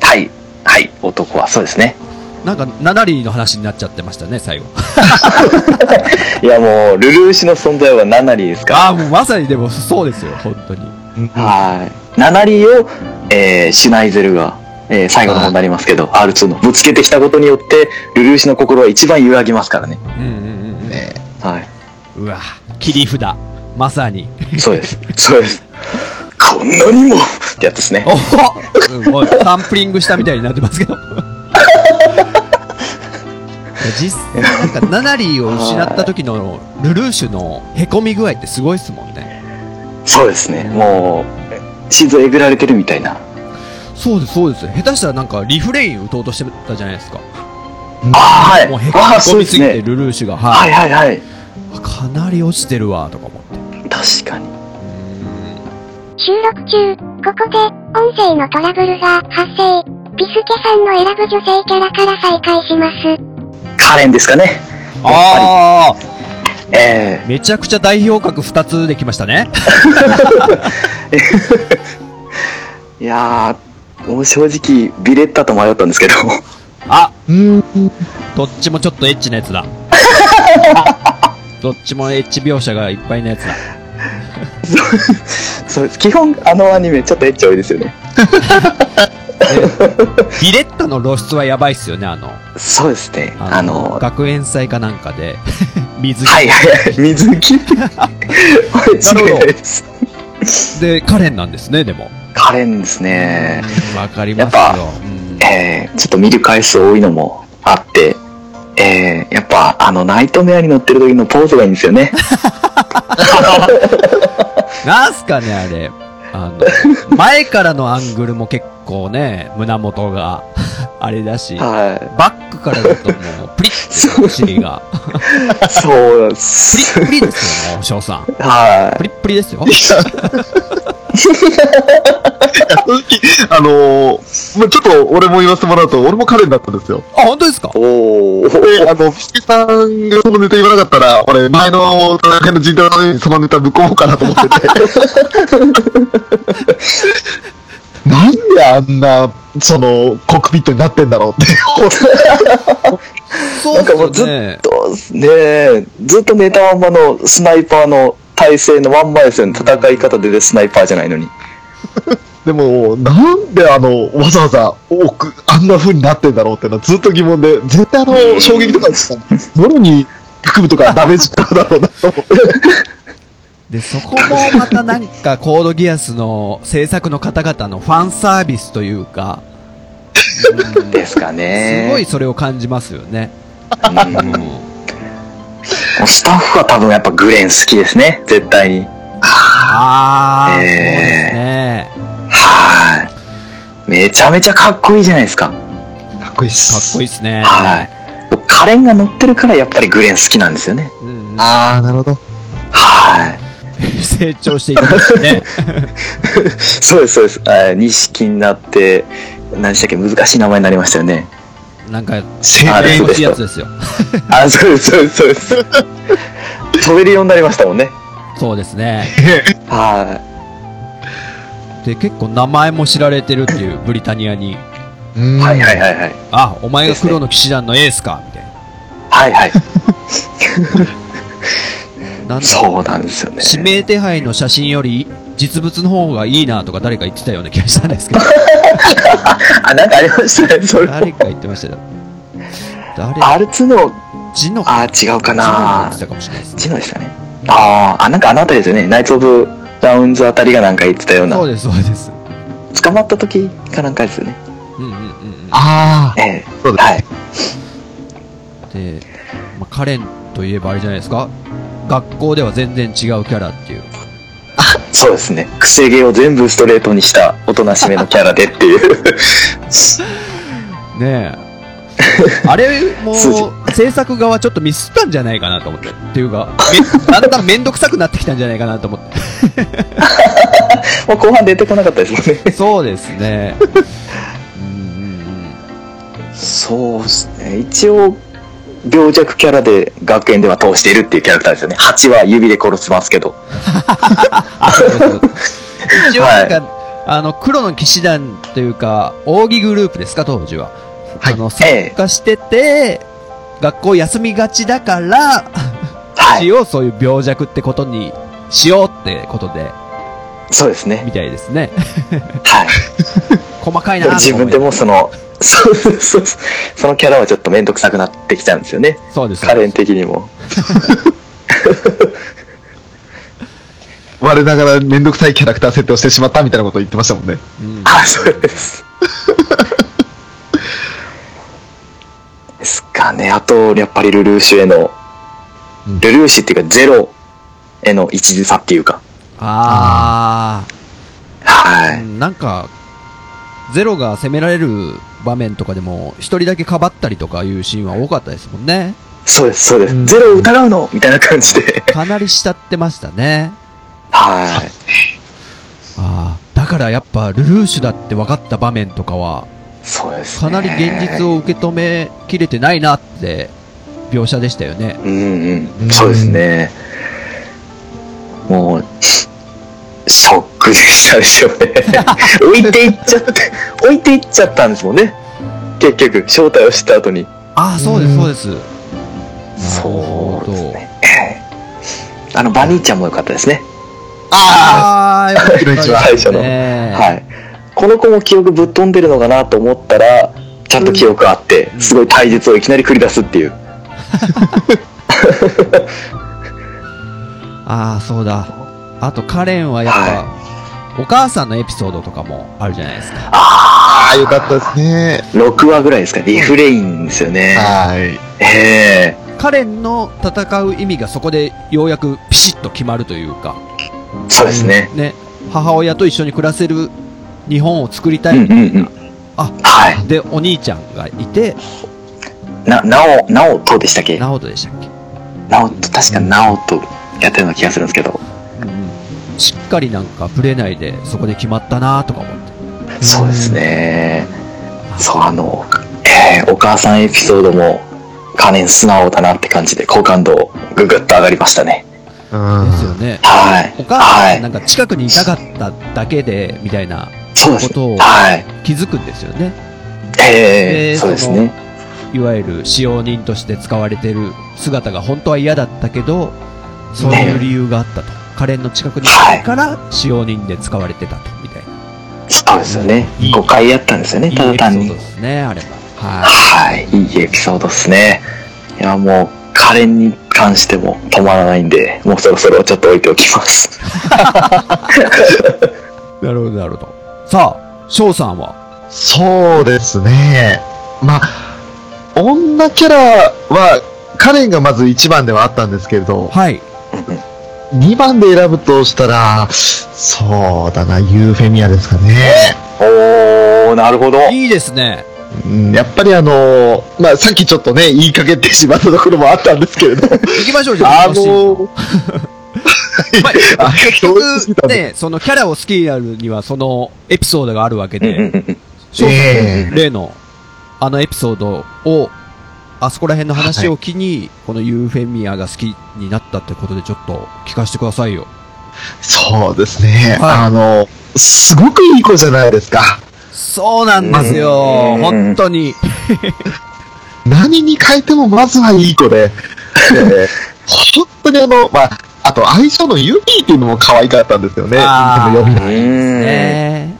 [SPEAKER 4] はい。はい。男はそうですね。
[SPEAKER 3] なんか、ナナリーの話になっちゃってましたね、最後。
[SPEAKER 4] いやもう、ルルーシュの存在はナナリーですから。
[SPEAKER 3] ああ、もうまさにでもそうですよ、本当に。
[SPEAKER 4] はい。ナナリーを、えーシュナイゼルが、えー最後の方になりますけど、R2 のぶつけてきたことによって、ルルーシュの心は一番揺らぎますからね。
[SPEAKER 3] うんうんうんうん。
[SPEAKER 2] ね
[SPEAKER 4] はい。
[SPEAKER 3] うわ、切り札。まさに。
[SPEAKER 4] そうです。そうです。こんなにもってやつですね。
[SPEAKER 3] お <laughs> お、うん、もうサンプリングしたみたいになってますけど。 <laughs> 実際なんかナナリーを失った時のルルーシュの凹み具合ってすごいっすもんね。
[SPEAKER 4] そうですね。もう、心臓えぐられてるみたいな。
[SPEAKER 3] そうです、そうです。下手したらなんかリフレイン打とうとしてたじゃないですか。
[SPEAKER 4] ああー、
[SPEAKER 3] もう
[SPEAKER 4] はい。
[SPEAKER 3] へこ
[SPEAKER 4] ああー、
[SPEAKER 3] 凹
[SPEAKER 4] そう
[SPEAKER 3] み
[SPEAKER 4] ですす
[SPEAKER 3] ぎて
[SPEAKER 4] ね。
[SPEAKER 3] ルルーシュが、
[SPEAKER 4] はい
[SPEAKER 3] い、
[SPEAKER 4] はいはい。
[SPEAKER 3] かなり落ちてるわ、とか思って。
[SPEAKER 4] 確かに。
[SPEAKER 1] 収録中、ここで、音声のトラブルが発生。ピスケさんの選ぶ女性キャラから再開します。
[SPEAKER 4] カレンですかね。
[SPEAKER 3] あ
[SPEAKER 4] え
[SPEAKER 3] あめちゃくちゃ代表格2つできましたね。
[SPEAKER 4] えいやー、もう正直、ビレッタと迷ったんですけど。
[SPEAKER 3] あ、
[SPEAKER 2] うん。
[SPEAKER 3] どっちもちょっとエッチなやつだ。どっちもエッチ描写がいっぱいなやつだ。
[SPEAKER 4] そうです。基本、あのアニメ、ちょっとエッチ多いですよね。
[SPEAKER 3] ビレッタの露出はやばいっすよね、あの。
[SPEAKER 4] そうですね。あの、
[SPEAKER 3] 学園祭かなんか
[SPEAKER 4] <laughs>
[SPEAKER 3] で、水着
[SPEAKER 4] はいはいはい。水着
[SPEAKER 3] なるほど
[SPEAKER 4] これ違いです。
[SPEAKER 3] で、カレンなんですね、でも。
[SPEAKER 4] カレンですね。
[SPEAKER 3] うんわかります
[SPEAKER 4] やっぱ
[SPEAKER 3] よ。うん
[SPEAKER 4] えーちょっと見る回数多いのもあって、えーやっぱあのナイトメアに乗ってる時のポーズがいいんですよね。
[SPEAKER 3] なんすかね、あれ。あの、前からのアングルも結構ね、胸元が、 <laughs> あれだし、バ
[SPEAKER 4] は
[SPEAKER 3] ックからだともう、プリッて、お尻が。
[SPEAKER 4] い。そう
[SPEAKER 3] プリ
[SPEAKER 4] です。
[SPEAKER 3] ップリですよ、もう、翔さん。
[SPEAKER 4] は
[SPEAKER 3] プリップリですよ。
[SPEAKER 2] あのー、まあちょっと俺も言わせてもらうと、俺も彼になったんですよ。
[SPEAKER 3] あ、本当ですか
[SPEAKER 4] い。おお。
[SPEAKER 2] で、あの、ピスケさんがそのネタ言わなかったら、俺、前の田中の人体のようにそのネタぶっ込もうかなと思
[SPEAKER 4] <laughs>
[SPEAKER 2] ってて。なんであんな、その、コックピットになってんだろうって。
[SPEAKER 3] そ
[SPEAKER 4] な
[SPEAKER 3] うんで
[SPEAKER 4] か
[SPEAKER 3] す
[SPEAKER 4] も
[SPEAKER 3] よ
[SPEAKER 4] うず
[SPEAKER 3] ね
[SPEAKER 4] っ。とねえ、ずっと寝たまんまのスナイパーの体勢のまんまですよね。戦い方ででスナイパーじゃないのに。
[SPEAKER 2] でも、なんであの、わざわざ、おく、あんな風になってんだろうってのはずっと疑問で、絶対あの、衝撃とかですもろに含むとかダメージとかだろうなと思って。
[SPEAKER 3] で、そこもまたなんか、コードギアスの制作の方々のファンサービスという <laughs> か、うん
[SPEAKER 4] ですかね。
[SPEAKER 3] すごいそれを感じますよね。
[SPEAKER 4] うん。スタッフは多分やっぱグレン好きですね。絶対に。
[SPEAKER 3] あー、そう
[SPEAKER 4] えー
[SPEAKER 3] ですね。
[SPEAKER 4] はい。めちゃめちゃかっこいいじゃないですか。
[SPEAKER 2] かっこいいっ
[SPEAKER 3] かっこい
[SPEAKER 2] い。
[SPEAKER 3] いっすね。
[SPEAKER 4] はい。もうカレンが乗ってるからやっぱりグレン好きなんですよね。
[SPEAKER 3] うんうん
[SPEAKER 2] <laughs> あー、なるほど。
[SPEAKER 4] はい。 <laughs>
[SPEAKER 3] 成長していきます <laughs> ね。
[SPEAKER 4] そうです、そうです。はい錦になって、何でしたっけ、難しい名前になりましたよね。
[SPEAKER 3] なんか、
[SPEAKER 2] せ
[SPEAKER 3] や
[SPEAKER 4] あれ
[SPEAKER 3] やこ
[SPEAKER 4] で
[SPEAKER 3] しい
[SPEAKER 4] す
[SPEAKER 3] やつですよ。
[SPEAKER 4] あ、そうです、そうです、そうです。飛べるようになりましたもんね。
[SPEAKER 3] そうですね。
[SPEAKER 4] は
[SPEAKER 3] で、結構名前も知られてるっていう、ブリタニアに。
[SPEAKER 4] い。はいはい
[SPEAKER 2] い。
[SPEAKER 4] はいはい。
[SPEAKER 3] あ、お前が黒の騎士団のエースか、みたいな。
[SPEAKER 4] はいはい。
[SPEAKER 3] なんだ
[SPEAKER 4] そうなんですよね。
[SPEAKER 3] 指名手配の写真より、実物の方がいいなとか誰か言ってたような気がしたん
[SPEAKER 4] <laughs>
[SPEAKER 3] ですけど。
[SPEAKER 4] あ、なんかありましたね、それ。
[SPEAKER 3] 誰か言ってましたよ。誰
[SPEAKER 4] アルツの、
[SPEAKER 3] ジノ
[SPEAKER 4] あ、違うか
[SPEAKER 3] ジノが言っ
[SPEAKER 4] な
[SPEAKER 3] て。たかもしれないですね。
[SPEAKER 4] ジノでしたね。ああ、あ、なんかあのあたりですよね。ナイツ・オブ・ダウンズあたりがなんか言ってたような
[SPEAKER 3] そ。うです、そうです。
[SPEAKER 4] 捕まった時かなんかですよね。
[SPEAKER 3] うんうんうんうん。
[SPEAKER 2] あ
[SPEAKER 4] ええ
[SPEAKER 2] ー、そうです。
[SPEAKER 4] はい。
[SPEAKER 3] で、まあ、カレンといえばあれじゃないですか学校では全然違うキャラっていう。
[SPEAKER 4] そうですね。くせ毛を全部ストレートにした、おとなしめのキャラでっていう。 <laughs>
[SPEAKER 3] ねえ。あれも
[SPEAKER 4] そうそ、
[SPEAKER 3] 制作側ちょっとミスったんじゃないかなと思って。っていうか、めだんだんめんどくさくなってきたんじゃないかなと思って。
[SPEAKER 4] まあ後半出てこなかったですもんね。
[SPEAKER 3] そうです
[SPEAKER 4] <laughs>
[SPEAKER 3] ね。うん
[SPEAKER 4] そうですね。一応、病弱キャラで学園では通しているっていうキャラクターですよね。蜂は指で殺しますけど。
[SPEAKER 3] あ、そうそうそう一応なんか、あの、黒の騎士団というか、扇グループですか、当時は。
[SPEAKER 2] はい
[SPEAKER 3] あの、
[SPEAKER 4] ええ
[SPEAKER 3] 参加してて、学校休みがちだから、
[SPEAKER 4] はい。
[SPEAKER 3] 一応そういう病弱ってことにしようってことで、
[SPEAKER 4] そうですね。
[SPEAKER 3] みたいですね。
[SPEAKER 4] はい。
[SPEAKER 3] 細かいなと思い
[SPEAKER 4] 自分でもその、そうそうそう。そのキャラはちょっと面倒くさくなってきたんですよね。
[SPEAKER 3] そうです。
[SPEAKER 4] カレン的にも。
[SPEAKER 2] 我ながらめんどくさいキャラクター設定をしてしまったみたいなことを言ってましたもんね。
[SPEAKER 3] うん
[SPEAKER 4] あ、 <laughs> そうです。ですかね。あと、やっぱりルルーシュへの
[SPEAKER 2] うん、
[SPEAKER 4] ルルーシュっていうか、ゼロへの一時差っていうか、
[SPEAKER 3] あ
[SPEAKER 4] は
[SPEAKER 3] ー、
[SPEAKER 4] い。
[SPEAKER 3] なんか、ゼロが攻められる場面とかでも、一人だけかばったりとかいうシーンは多かったですもんね。
[SPEAKER 4] そうです、そうで
[SPEAKER 2] う
[SPEAKER 4] す。
[SPEAKER 2] ん
[SPEAKER 4] ゼロを疑うのみたいな感じで。
[SPEAKER 3] かなり慕ってましたね。
[SPEAKER 4] はい。
[SPEAKER 3] ああ、だからやっぱルルーシュだって分かった場面とかは、
[SPEAKER 4] そうです、
[SPEAKER 3] か
[SPEAKER 4] ね。
[SPEAKER 3] なり現実を受け止めきれてないなって、描写でしたよね。
[SPEAKER 4] うん
[SPEAKER 2] う
[SPEAKER 4] うんん、そうですね。もう、ショックでしたでしょうね。
[SPEAKER 2] <laughs>
[SPEAKER 4] 置いていっちゃって、置いていっちゃったんですもんね。結局、招待を知った後に。
[SPEAKER 3] ああ、そうです、そうです。
[SPEAKER 4] そうですね。あの、バニーちゃんも良かったですね。
[SPEAKER 2] あ
[SPEAKER 3] ああ、やっぱり
[SPEAKER 2] ひろいちは
[SPEAKER 4] 最初の。
[SPEAKER 3] ね
[SPEAKER 4] はい。この子も記憶ぶっ飛んでるのかなと思ったら、ちゃんと記憶あって、すごい体術をいきなり繰り出すっていう。
[SPEAKER 3] ああ、そうだ。あと、カレンはやっぱ、お母さんのエピソードとかもあるじゃないですか。
[SPEAKER 2] あー、よかったですね。
[SPEAKER 4] 6話ぐらいですかね。リフレインですよね。
[SPEAKER 2] はい。
[SPEAKER 4] ええ
[SPEAKER 3] カレンの戦う意味がそこでようやくピシッと決まるというか、
[SPEAKER 4] そうですね。
[SPEAKER 3] ね、母親と一緒に暮らせる日本を作りた
[SPEAKER 4] う
[SPEAKER 3] い。
[SPEAKER 4] んうんうん。
[SPEAKER 3] あ、
[SPEAKER 4] は
[SPEAKER 3] で、お兄ちゃんがいて、
[SPEAKER 4] い。な、なお、なおとでしたっけな
[SPEAKER 3] ナオトでしたっけ、
[SPEAKER 4] おと、確かなおとやってるような気がするんですけど。
[SPEAKER 3] うん、しっかりなんかブレないでそこで決まったなとか思って。
[SPEAKER 4] そうですね。そう、あの、ええお母さんエピソードも、カレン素直だなって感じで、好感度、ぐぐっと上がりましたね。
[SPEAKER 2] うん
[SPEAKER 3] ですよね。
[SPEAKER 4] はい。
[SPEAKER 3] お母さん
[SPEAKER 4] は。
[SPEAKER 3] ないんか近くにいたかっただけで、みたいな
[SPEAKER 4] そうで
[SPEAKER 3] こ
[SPEAKER 4] す
[SPEAKER 3] とを
[SPEAKER 4] はい。
[SPEAKER 3] 気づくんですよね。
[SPEAKER 4] ええ
[SPEAKER 3] で
[SPEAKER 4] そうですね。
[SPEAKER 3] いわゆる使用人として使われてる姿が本当は嫌だったけど、そういう理由があったと。カレンの近くにいたから使用人で使われてたと、みたいな。
[SPEAKER 4] そうですよね
[SPEAKER 3] いい。
[SPEAKER 4] 誤解やったんですよね、た
[SPEAKER 3] いい
[SPEAKER 4] だ
[SPEAKER 3] エピソ
[SPEAKER 4] 単
[SPEAKER 3] ー
[SPEAKER 4] に
[SPEAKER 3] ド。ですね、あれは。は
[SPEAKER 4] はい。いいエピソードですね。いや、もう、カレンに関しても止まらないんで、もうそろそろちょっと置いておきます。
[SPEAKER 3] い。なるほど、なるほど。さあ、翔さんは
[SPEAKER 2] そうですね。まあ、女キャラは、カレンがまず1番ではあったんですけれど、
[SPEAKER 3] はい。
[SPEAKER 2] 2番で選ぶとしたら、そうだな、ユーフェミアですかね。
[SPEAKER 4] おー、なるほど。
[SPEAKER 3] いいですね。
[SPEAKER 2] うん、やっぱりあのーまあ、さっきちょっとね、言いかけてしまったところもあったんですけれど、
[SPEAKER 3] 行きましょう、じ <laughs> ゃあ。
[SPEAKER 2] あの
[SPEAKER 3] 楽しいの
[SPEAKER 2] ー、
[SPEAKER 3] <laughs> まあ
[SPEAKER 2] あ
[SPEAKER 3] 結
[SPEAKER 2] 強すぎた
[SPEAKER 3] 局、
[SPEAKER 2] んだ
[SPEAKER 3] ね、そのキャラを好きになるには、そのエピソードがあるわけ
[SPEAKER 4] うんうん
[SPEAKER 3] で、
[SPEAKER 4] うん
[SPEAKER 3] 翔さ
[SPEAKER 2] え
[SPEAKER 3] ん、例の、あのエピソードを、あそこら辺の話を機に、このユーフェミアが好きになったってことで、ちょっと聞かせてくださいよ。
[SPEAKER 2] そうですね、
[SPEAKER 3] はい
[SPEAKER 2] あのーすごくいい子じゃないですか。
[SPEAKER 3] そうなんですよ。
[SPEAKER 4] うん
[SPEAKER 3] 本当に。
[SPEAKER 2] 何に変えてもまずはいい子で、えー
[SPEAKER 3] <laughs>
[SPEAKER 2] 本当にあの、まあ、あと相性のユミっていうのも可愛かったんですよね。
[SPEAKER 3] あー
[SPEAKER 2] でも呼び
[SPEAKER 4] うーん。
[SPEAKER 3] ね
[SPEAKER 2] ね、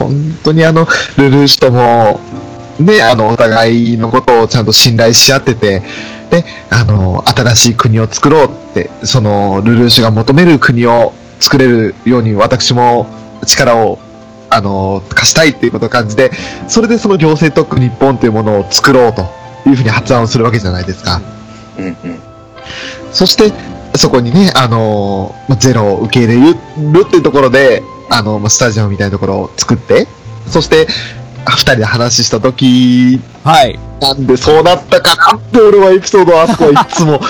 [SPEAKER 2] 本当にあの、ルルーシュとも、ね、あの、お互いのことをちゃんと信頼し合ってて、で、あの、新しい国を作ろうって、その、ルルーシュが求める国を作れるように私も力を、あの、貸したいっていうことを感じて、それでその行政特区日本というものを作ろうというふうに発案をするわけじゃないですか。
[SPEAKER 4] うんうん
[SPEAKER 2] そして、そこにね、あのーまあゼロを受け入れるっていうところで、あのまあスタジオみたいなところを作って、そして、二人で話した時
[SPEAKER 3] はい。
[SPEAKER 2] なんでそうなったかなって俺はエピソードあそこはいつも。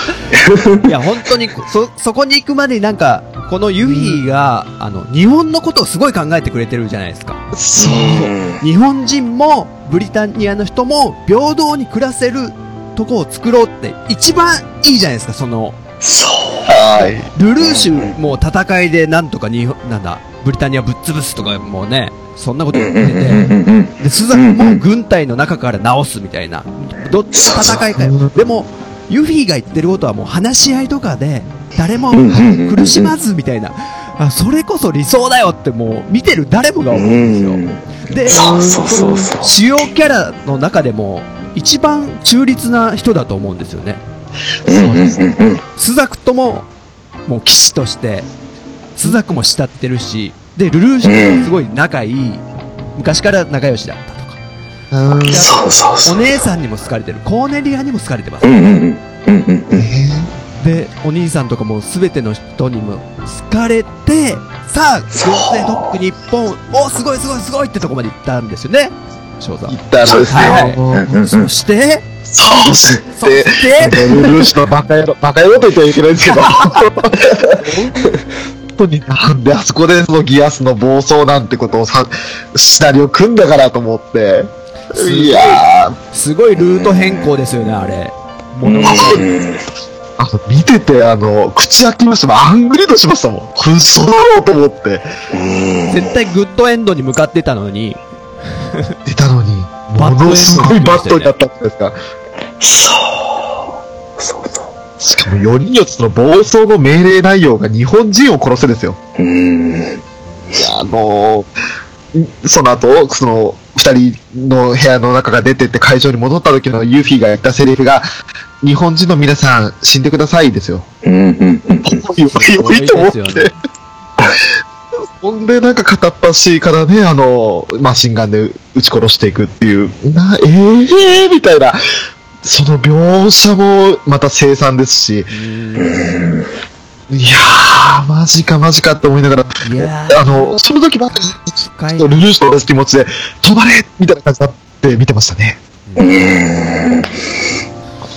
[SPEAKER 3] いや、本当に、そ、そこに <laughs> 行くまでなんか、このユヒが、あの、日本のことをすごい考えてくれてるじゃないですか。
[SPEAKER 2] そうう。
[SPEAKER 4] ん
[SPEAKER 3] 日本人もブリタニアの人も平等に暮らせるとこを作ろうって一番いいじゃないですか、その、
[SPEAKER 4] そう。
[SPEAKER 2] はい。
[SPEAKER 3] ルルーシュも戦いでなんとか日本、なんだ、ブリタニアぶっ潰すとかもうね、そんなこと言ってて、
[SPEAKER 4] うんうん。
[SPEAKER 3] で、スザクも軍隊の中から直すみたいな、どっちの戦いかよ。でも、ユフィが言ってることはもう話し合いとかで、誰も
[SPEAKER 4] うんうんうんうん
[SPEAKER 3] 苦しまずみたいな、あそれこそ理想だよってもう見てる誰もが思うんですよ。で、
[SPEAKER 4] そうそうそうそう。
[SPEAKER 3] 主要キャラの中でも一番中立な人だと思うんですよね。
[SPEAKER 4] うんうんうんうん。
[SPEAKER 3] スザクとも、もう騎士として、スザクも慕ってるし、で、ルルーシュもすごい仲いい、昔から仲良しだったとか、
[SPEAKER 2] うん
[SPEAKER 4] そうそうそ
[SPEAKER 3] お
[SPEAKER 4] う。
[SPEAKER 3] 姉さんにも好かれてる、コーネリアにも好かれてます
[SPEAKER 4] う。んうんうん。うんうんうん。
[SPEAKER 3] で、お兄さんとかも全ての人にも好かれて、さあ、ゴ
[SPEAKER 4] そう
[SPEAKER 3] ールデンドック日本、お、すごいすごいすごいってとこまで行ったんですよね、翔さ
[SPEAKER 2] 行
[SPEAKER 3] ん。
[SPEAKER 2] ったらですね、
[SPEAKER 3] はいはい
[SPEAKER 4] うんうんうん。
[SPEAKER 3] そして、
[SPEAKER 4] そうす。
[SPEAKER 3] そして、
[SPEAKER 2] ルルーシュのバカ野郎、バカ野郎と言ってはいけないんですけど、本当になんであそこでそのギアスの暴走なんてことをさシナリオ組んだからと思って、いやー、
[SPEAKER 3] すごいルート変更ですよね、あれ。物語
[SPEAKER 4] うん
[SPEAKER 2] あの見てて、あの、口開きましたもん、アングリーとしましたもん、嘘だろうと思って、
[SPEAKER 3] 絶対グッドエンドに向かってたのに、
[SPEAKER 2] 出たのに、も
[SPEAKER 3] バッドエンド
[SPEAKER 2] のすごい
[SPEAKER 3] にな
[SPEAKER 2] バ
[SPEAKER 3] ってま
[SPEAKER 2] ッ
[SPEAKER 3] した
[SPEAKER 2] トになっ
[SPEAKER 3] よね
[SPEAKER 2] たんですか。
[SPEAKER 4] そう。そうそ
[SPEAKER 2] しかも4人4つの暴走の命令内容が日本人を殺せですよ。
[SPEAKER 4] う。うん。
[SPEAKER 2] いや、あのーんその後、その、二人の部屋の中が出てって会場に戻った時のユーフィーが言ったセリフが、日本人の皆さん死んでくださいですよ。
[SPEAKER 4] うんうんうん。
[SPEAKER 2] おいおいおいと思って。ほんで、なんか片っ端からね、あの、マシンガンで撃ち殺していくっていう、な、ええー、みたいな、その描写もまた凄惨ですし、いやー、マジかマジかって思いながら、
[SPEAKER 3] いや
[SPEAKER 2] あの、その時また、
[SPEAKER 3] 深い
[SPEAKER 2] ルルーシュと同じ気持ちで、止まれみたいな感じになって見てましたね。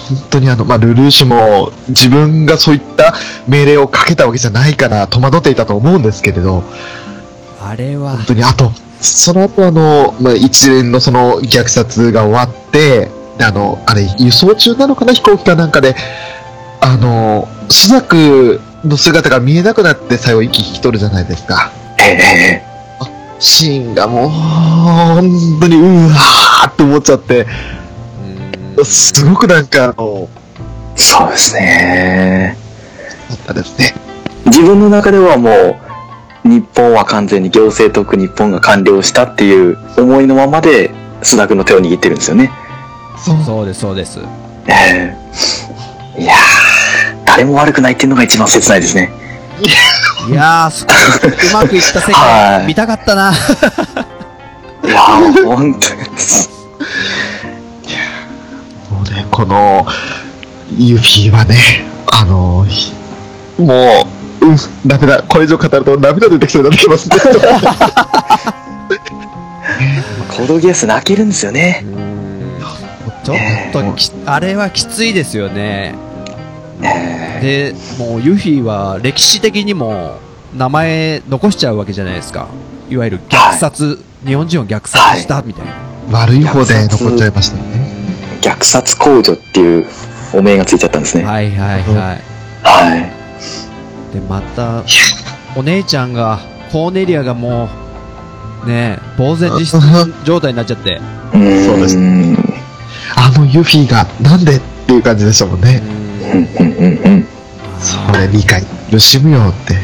[SPEAKER 2] 本当にあの、まあ、ルルーシュも自分がそういった命令をかけたわけじゃないから戸惑っていたと思うんですけれど、
[SPEAKER 3] あれは
[SPEAKER 2] 本、当にあと、その後あの、まあ、一連のその虐殺が終わって、あの、あれ、輸送中なのかな飛行機かなんかで、あの、スザクの姿が見えなくなって最後息引き取るじゃないですか。
[SPEAKER 4] え
[SPEAKER 2] シーンがもう、本当に、うわーって思っちゃって、すごくなんか、あの、
[SPEAKER 4] え。そうですね。
[SPEAKER 2] あったですね。
[SPEAKER 4] 自分の中ではもう、日本は完全に行政特区日本が完了したっていう思いのままで、須田君の手を握ってるんですよね。
[SPEAKER 2] そう
[SPEAKER 3] そうです、そうです。
[SPEAKER 4] ええいやー、誰も悪くないっていうのが一番切ないですね。
[SPEAKER 3] いやー、すうまくいった世
[SPEAKER 4] は
[SPEAKER 3] 界、
[SPEAKER 4] い
[SPEAKER 3] 見たかったな。
[SPEAKER 4] いやー、本当に。
[SPEAKER 2] もうね、この、ユキはね、あの、ひもう、うん、ダメだ。これ以上語ると涙出てきそうになってきますね。
[SPEAKER 4] コードギアス泣けるんですよね。
[SPEAKER 3] ちょっとき、あれはきついですよね。で、もうユフィは歴史的にも名前残しちゃうわけじゃないですか。いわゆる虐殺、日本人を虐殺したみたいな。
[SPEAKER 2] <laughs> 悪い方で残っちゃいましたね。
[SPEAKER 4] 虐殺控除っていうお名がついちゃったんですね。はい。
[SPEAKER 3] はいはいはい。
[SPEAKER 4] はい。
[SPEAKER 3] でまたお姉ちゃんがコーネリアがもうねえ呆然自失
[SPEAKER 2] <laughs>
[SPEAKER 3] 状態になっちゃって
[SPEAKER 4] うーん
[SPEAKER 2] そうです
[SPEAKER 4] うん
[SPEAKER 2] あのユフィが、なんでっていう感じでしたもんね。
[SPEAKER 4] うんうんうん。
[SPEAKER 2] それ理解、苦むよって。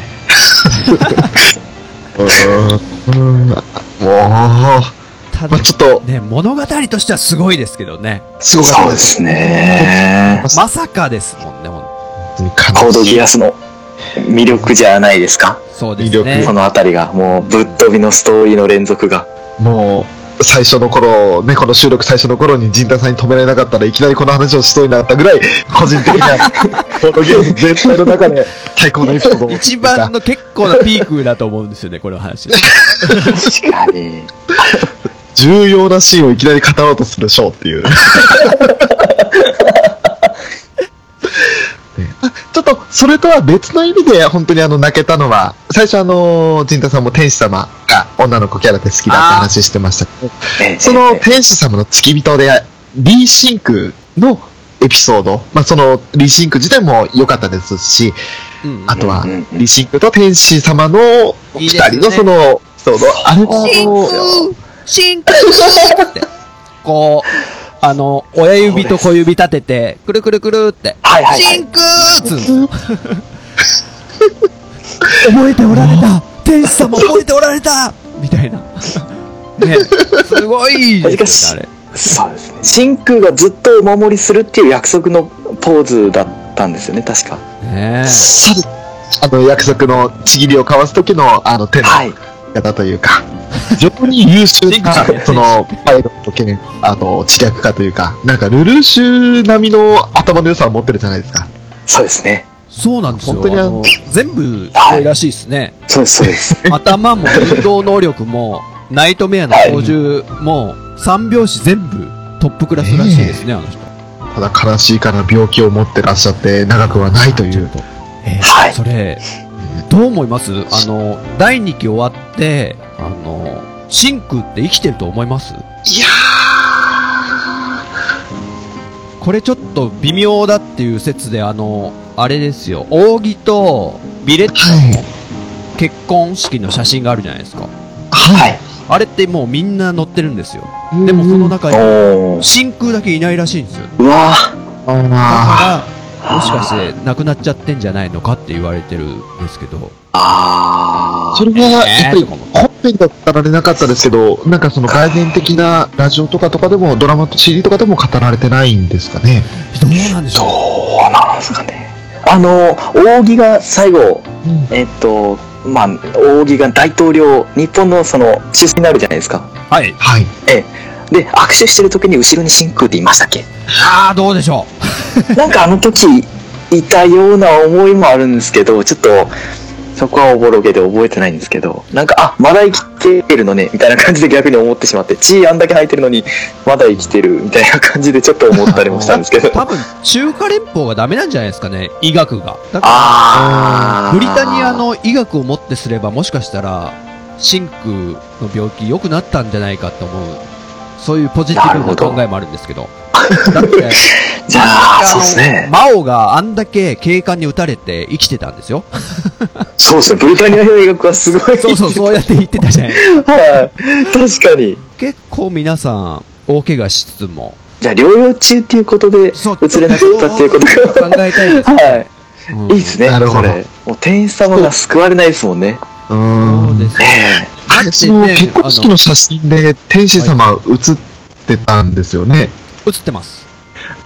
[SPEAKER 2] <laughs> うん、もう、
[SPEAKER 3] ただ
[SPEAKER 2] まあ、ちょっと、
[SPEAKER 3] ね物語としてはすごいですけどね
[SPEAKER 2] すごかっ
[SPEAKER 4] そ
[SPEAKER 2] た
[SPEAKER 4] う
[SPEAKER 2] で。
[SPEAKER 4] ですすね。
[SPEAKER 3] まさかですもんねほん
[SPEAKER 4] コードギ
[SPEAKER 2] ア。
[SPEAKER 4] アスの魅力じゃないですか。
[SPEAKER 3] そうですね
[SPEAKER 2] 魅
[SPEAKER 4] このあたりが、もうぶっ飛びのストーリーの連続が。
[SPEAKER 2] もう、最初の頃、ね、この収録最初の頃に陣田さんに止められなかったらいきなりこの話をしそうになったぐらい、個人的 <laughs> な、コードギアス全体の中で最高のエピソードを。
[SPEAKER 3] 一番
[SPEAKER 2] <laughs>
[SPEAKER 3] の結構なピークだと思うんですよねこの話
[SPEAKER 4] 確かに。
[SPEAKER 2] 重要なシーンをいきなり語ろうとするショーって <laughs> いう。ねあちょっと、それとは別の意味で、本当にあの、泣けたのは、最初あの、陣太さんも天使様が女の子キャラで好きだって話してましたけど、
[SPEAKER 4] ええ
[SPEAKER 2] その天使様の付き人で、リーシンクのエピソード、まあ、その、リーシンク自体も良かったですし、
[SPEAKER 3] うん
[SPEAKER 2] あとは
[SPEAKER 4] うんうん、うん
[SPEAKER 2] リシンクと天使様の二
[SPEAKER 3] いいですね
[SPEAKER 2] 人のその、そうそうあれも、
[SPEAKER 3] 真空って、こう、あの、親指と小指立てて、くるくるくるって、
[SPEAKER 4] はいはいはい
[SPEAKER 3] 真空っつうの。覚えておられた天使様覚えておられたみたいな。ね、すごいですよね、
[SPEAKER 4] そうですね真空がずっとお守りするっていう約束のポーズだったんですよね確か
[SPEAKER 3] あれ。ね
[SPEAKER 2] さるあの、約束のちぎりを交わす時の、あの、手の
[SPEAKER 4] はい
[SPEAKER 2] 方という
[SPEAKER 4] <laughs>
[SPEAKER 2] か、非常に優秀な
[SPEAKER 3] シンク、
[SPEAKER 2] その、パイロット兼、あの、知略家というか、なんか、ルルーシュ並みの頭の良さを持ってるじゃないですか。
[SPEAKER 4] そうですね
[SPEAKER 3] そうなんですよ。
[SPEAKER 2] 本当にあの
[SPEAKER 3] あの全部、これらしいですね。
[SPEAKER 4] そうですそうです
[SPEAKER 3] 頭も運動能力も、ナイトメアの操縦も、三拍子全部トップクラスらしいですね、あの人。
[SPEAKER 2] ただ、悲しいから病気を持ってらっしゃって、長くはないという。
[SPEAKER 3] えー
[SPEAKER 4] はい
[SPEAKER 3] それ、どう思いますあの、第2期終わって、あの、真空って生きてると思います
[SPEAKER 2] いや
[SPEAKER 3] これちょっと微妙だっていう説で、あの、あれですよ、扇とビレッジ
[SPEAKER 2] ー、はい。
[SPEAKER 3] の結婚式の写真があるじゃないですか。
[SPEAKER 4] はい
[SPEAKER 3] あれってもうみんな載ってるんですよ。でもその中に、
[SPEAKER 4] おー
[SPEAKER 3] 真空だけいないらしいんですよ。
[SPEAKER 4] うわー
[SPEAKER 2] あ
[SPEAKER 3] だから、もしかして亡くなっちゃってんじゃないのかって言われてるんですけど。
[SPEAKER 4] あ
[SPEAKER 2] ー
[SPEAKER 4] ー
[SPEAKER 2] それは、やっぱり
[SPEAKER 3] えー、とかも
[SPEAKER 2] 本編だったられなかったですけど、なんかその外伝的なラジオとかとかでも、ドラマと CD とかでも語られてないんですかね。
[SPEAKER 3] どうなんでしょう
[SPEAKER 4] どうなんですかねあの扇が最後えっとまあ扇が大統領日本のその主席になるじゃないですか
[SPEAKER 3] はい。
[SPEAKER 2] はい。
[SPEAKER 4] で握手してる時に後ろに真空っていましたっけ
[SPEAKER 3] ああ、どうでしょう
[SPEAKER 4] なんかあの時いたような思いもあるんですけどちょっとそこはおぼろげで覚えてないんですけどなんかあまだ生きてるのねみたいな感じで逆に思ってしまって血あんだけ吐いてるのにまだ生きてるみたいな感じでちょっと思ったりもしたんですけど
[SPEAKER 3] 多分、中華連邦がダメなんじゃないですかね、医学が。だか
[SPEAKER 4] <laughs> あ
[SPEAKER 3] ら、
[SPEAKER 4] ー
[SPEAKER 3] ブリタニアの医学をもってすれば、もしかしたら、真空の病気良くなったんじゃないかと思う、そういうポジティブな考えもあるんですけど。だ
[SPEAKER 4] <laughs>
[SPEAKER 3] って、
[SPEAKER 4] じゃあそうですね
[SPEAKER 3] 魔王があんだけ警官に撃たれて生きてたんですよ。
[SPEAKER 4] そうですね、ブリタニアの医学はすご
[SPEAKER 3] <laughs>
[SPEAKER 4] い。
[SPEAKER 3] そうそう、そうやって言ってたじゃない。
[SPEAKER 4] はい。確かに。
[SPEAKER 3] 結構皆さん、大怪我しつつも。
[SPEAKER 4] じゃあ、療養中っていうことで、
[SPEAKER 3] そう
[SPEAKER 4] 映れなかったっていうこと
[SPEAKER 3] 考えたいです
[SPEAKER 4] が。
[SPEAKER 3] ね。
[SPEAKER 4] はい。
[SPEAKER 3] うん
[SPEAKER 4] いいですね、
[SPEAKER 2] なるほど
[SPEAKER 4] それもう店員様が救われないですもんね。
[SPEAKER 2] う
[SPEAKER 3] そうで
[SPEAKER 2] ん。
[SPEAKER 3] す
[SPEAKER 4] え
[SPEAKER 3] ね。
[SPEAKER 2] あれ、その
[SPEAKER 3] ね
[SPEAKER 2] 結婚式の写真で天使様映ってたんですよね。
[SPEAKER 3] 映ってます。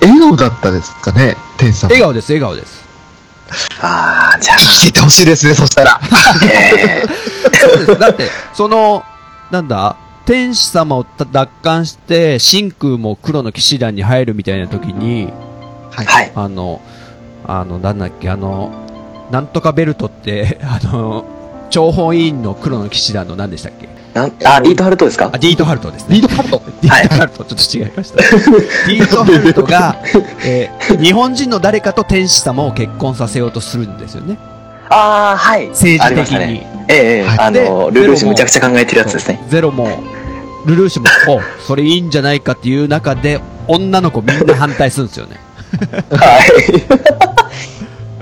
[SPEAKER 2] 笑顔だったですかね、天使様。
[SPEAKER 3] 笑顔です、笑顔です。
[SPEAKER 4] えああ、じゃあ、
[SPEAKER 2] 生きててほしいですね、そしたら。
[SPEAKER 4] え
[SPEAKER 3] そうです。だって、その、なんだ、天使様をた奪還して、真空も黒の騎士団に入るみたいな時に、
[SPEAKER 2] は
[SPEAKER 4] え
[SPEAKER 2] い。
[SPEAKER 4] はい。
[SPEAKER 3] あの、あの、なんだっけ、あの、なんとかベルトって、 <laughs> あの、諜報委員の黒の騎士団の何でしたっけ
[SPEAKER 4] なんあ、リートハルトですか
[SPEAKER 3] あ、ディートハルトですね。
[SPEAKER 2] リードカット。
[SPEAKER 3] ディートハルト、ちょっと違いました。ディートハルトが、えー日本人の誰かと天使様を結婚させようとするんですよね。
[SPEAKER 4] ああ、はい。
[SPEAKER 3] 政治
[SPEAKER 4] ありま
[SPEAKER 3] 的
[SPEAKER 4] した
[SPEAKER 3] に。
[SPEAKER 4] ね。ええええ
[SPEAKER 2] はい
[SPEAKER 4] あの、
[SPEAKER 3] で
[SPEAKER 4] ルールシむちゃくちゃ考えてるやつですね。
[SPEAKER 3] ゼロも、ルルーシュも、
[SPEAKER 4] <laughs>
[SPEAKER 3] お、それいいんじゃないかっていう中で、女の子みんな反対するんですよね。
[SPEAKER 4] <laughs> は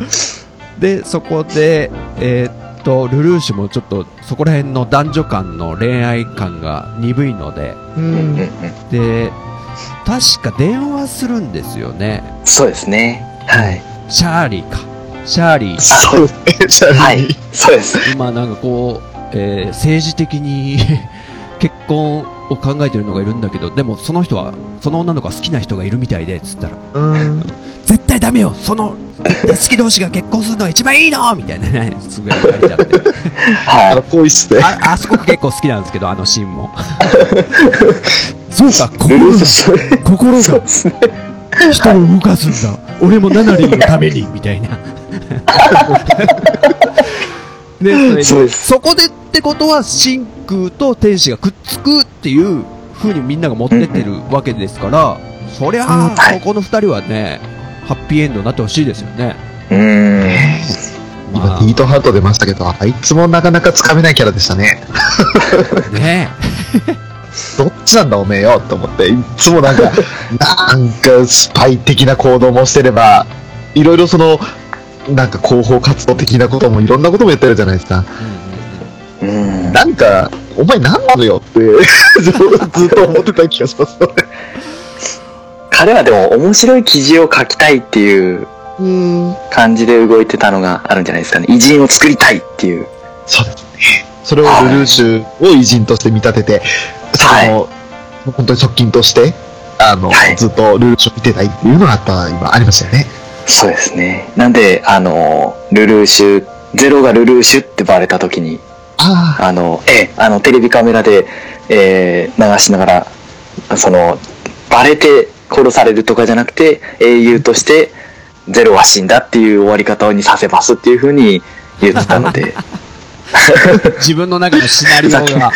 [SPEAKER 4] い。
[SPEAKER 3] <laughs> で、そこで、えーっと、ルルーシュもちょっと、そこら辺の男女間の恋愛感が鈍いので、
[SPEAKER 2] う。
[SPEAKER 4] うんうんうんん
[SPEAKER 3] で、確か電話するんですよね。
[SPEAKER 4] そうですね。はい。
[SPEAKER 3] シャーリーか。シャーリー。
[SPEAKER 2] そうですね、ちなみに
[SPEAKER 4] はい。そうです。
[SPEAKER 3] 今なんかこう、えー政治的に <laughs> 結婚を考えてるのがいるんだけど、でもその人は、その女の子は好きな人がいるみたいで、つったら、
[SPEAKER 2] うん。
[SPEAKER 3] 絶対ダメよその、絶対好き同士が結婚するのが一番いいのみたいなね、すぐやられちゃって。
[SPEAKER 2] あ
[SPEAKER 4] は
[SPEAKER 2] の、恋して。
[SPEAKER 3] あ、あそこ結構好きなんですけど、あのシーンも。 <laughs> そうか、
[SPEAKER 4] い。
[SPEAKER 3] 心
[SPEAKER 4] ルル
[SPEAKER 3] が
[SPEAKER 4] ー、シュ、
[SPEAKER 3] 心
[SPEAKER 4] そう
[SPEAKER 3] が
[SPEAKER 4] ですね。
[SPEAKER 3] 人を動かすんだ。俺もナナリンのために、みたい <laughs> な。で、それで
[SPEAKER 4] そうです。
[SPEAKER 3] そこでってことは、真空と天使がくっつくっていう風にみんなが持ってってるわけですから、そりゃあ、
[SPEAKER 4] はい
[SPEAKER 3] ここの二人はね、ハッピーエンドになってほしいですよね。
[SPEAKER 4] うーん。
[SPEAKER 3] ま
[SPEAKER 2] 今、
[SPEAKER 3] あ
[SPEAKER 2] ビートハート出ましたけど、あいつもなかなかつかめないキャラでしたね。
[SPEAKER 3] ね
[SPEAKER 2] どっちなんだおめえよと思って、いっつも
[SPEAKER 4] <laughs>
[SPEAKER 2] なんか、なんかスパイ的な行動もしてれば、いろいろその、なんか広報活動的なこともいろんなこともやってるじゃないですか。
[SPEAKER 3] え。うん
[SPEAKER 4] うん。
[SPEAKER 2] なんか、お前何なのよって、ずっと思ってた気がします。
[SPEAKER 4] 彼はでも面白い記事を書きたいっていう
[SPEAKER 2] うん。
[SPEAKER 4] 感じで動いてたのがあるんじゃないですかね。偉人を作りたいっていう。
[SPEAKER 2] そうですね。それをルルーシュを偉人として見立てて、
[SPEAKER 4] はい
[SPEAKER 2] その、本当に側近として、あの、
[SPEAKER 4] はい
[SPEAKER 2] ずっとルルーシュを見てたいっていうのがあった、今ありましたよね。
[SPEAKER 4] そうですね。なんで、あの、ルルーシュ、ゼロがルルーシュってバレた時に、
[SPEAKER 2] あ
[SPEAKER 4] あの、ええ、あの、テレビカメラで、えー流しながら、その、バレて殺されるとかじゃなくて、英雄として、ゼロは死んだっていう終わり方にさせますっていうふうに言ってたので、
[SPEAKER 3] <laughs> 自分の中のシナリオが。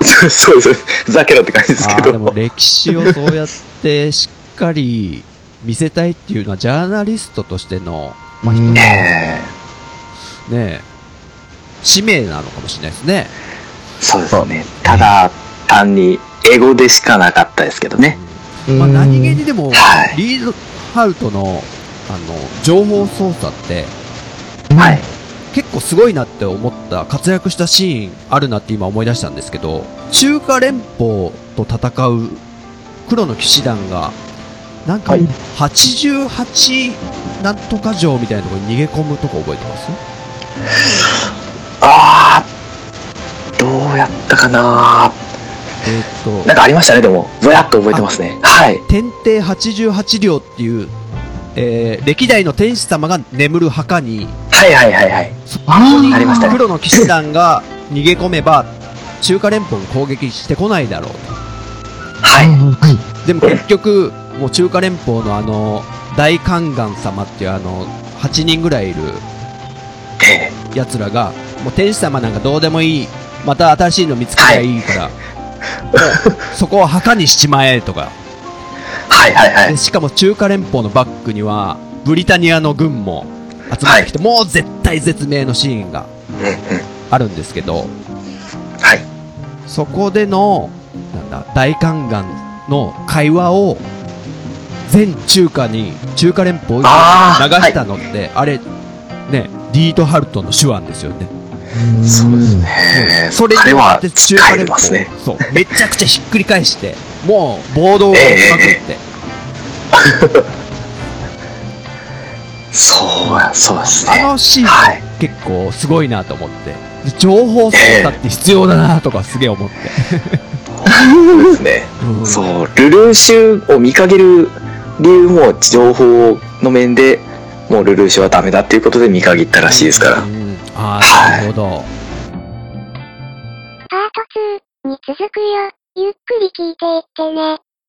[SPEAKER 4] そうそうそう、ふざけろって感じですけ
[SPEAKER 3] あーでも
[SPEAKER 4] ど、
[SPEAKER 3] 歴史をそうやってしっかり見せたいっていうのはジャーナリストとしての、まあ、一つの
[SPEAKER 2] ね
[SPEAKER 4] え
[SPEAKER 3] ねえ、使命なのかもしれないですね。
[SPEAKER 4] えそうですね。ただ、単に、英語でしかなかったですけどね。
[SPEAKER 2] あ、
[SPEAKER 3] まあ、
[SPEAKER 2] うん
[SPEAKER 3] 何気にでも
[SPEAKER 4] は、い
[SPEAKER 3] リードハルトの、あの、情報操作って、
[SPEAKER 4] はい。
[SPEAKER 3] 結構すごいなって思った、活躍したシーンあるなって今思い出したんですけど、中華連邦と戦う黒の騎士団が、なんか
[SPEAKER 2] はい、
[SPEAKER 3] 88なんとか城みたいなところに逃げ込むとこ覚えてます
[SPEAKER 4] ああ、どうやったかな
[SPEAKER 3] えーっ
[SPEAKER 4] なん
[SPEAKER 3] と、
[SPEAKER 4] かありましたね、でも。ぼやっと覚えてますね。はい。
[SPEAKER 3] 天帝88両っていう、えー歴代の天使様が眠る墓に、
[SPEAKER 4] はいはいはいはい。
[SPEAKER 2] あ
[SPEAKER 4] ありましたね
[SPEAKER 3] 黒の騎士団が逃げ込めば、中華連邦が攻撃してこないだろうと。
[SPEAKER 4] はい。
[SPEAKER 2] はい。
[SPEAKER 3] でも結局、もう中華連邦のあの、大宦官様っていうあの、8人ぐらいいる
[SPEAKER 4] え
[SPEAKER 3] 奴らが、もう天使様なんかどうでもいい。また新しいの見つけりゃいいから、もうそこを墓にしちまえとか。
[SPEAKER 4] えはいはいは
[SPEAKER 3] で
[SPEAKER 4] い。
[SPEAKER 3] しかも中華連邦のバックには、ブリタニアの軍も集まってきて、もう絶対絶命のシーンが
[SPEAKER 4] うんうん。
[SPEAKER 3] あるんですけど、
[SPEAKER 4] はい。
[SPEAKER 3] そこでの、なんだ、大宦官の会話を、全中華に、中華連邦に流
[SPEAKER 4] あー
[SPEAKER 3] したのって、あれ、ね、ディートハルトの手腕ですよね。
[SPEAKER 4] そうです
[SPEAKER 2] ね。
[SPEAKER 4] ね
[SPEAKER 3] それに
[SPEAKER 4] 彼
[SPEAKER 3] よっ
[SPEAKER 4] は
[SPEAKER 3] て中華
[SPEAKER 4] 使え
[SPEAKER 3] 連
[SPEAKER 4] てますね。
[SPEAKER 3] 邦、そう、めちゃくちゃひっくり返
[SPEAKER 4] <laughs>
[SPEAKER 3] して、もう暴動をしまくって、
[SPEAKER 4] そうや、そうです
[SPEAKER 3] あ
[SPEAKER 4] ね。
[SPEAKER 3] のシーン、
[SPEAKER 4] はい。
[SPEAKER 3] 結構すごいなと思って。で情報操作って必要だなとかすげえ思って。
[SPEAKER 4] そうですね。
[SPEAKER 3] うん
[SPEAKER 4] そう、ルルーシュを見かける理由も情報の面で、もうルルーシュはダメだっていうことで見限ったらしいですから。
[SPEAKER 3] うんああ、なるほど。
[SPEAKER 1] パート2に続くよ。ゆっくり聞いていってね。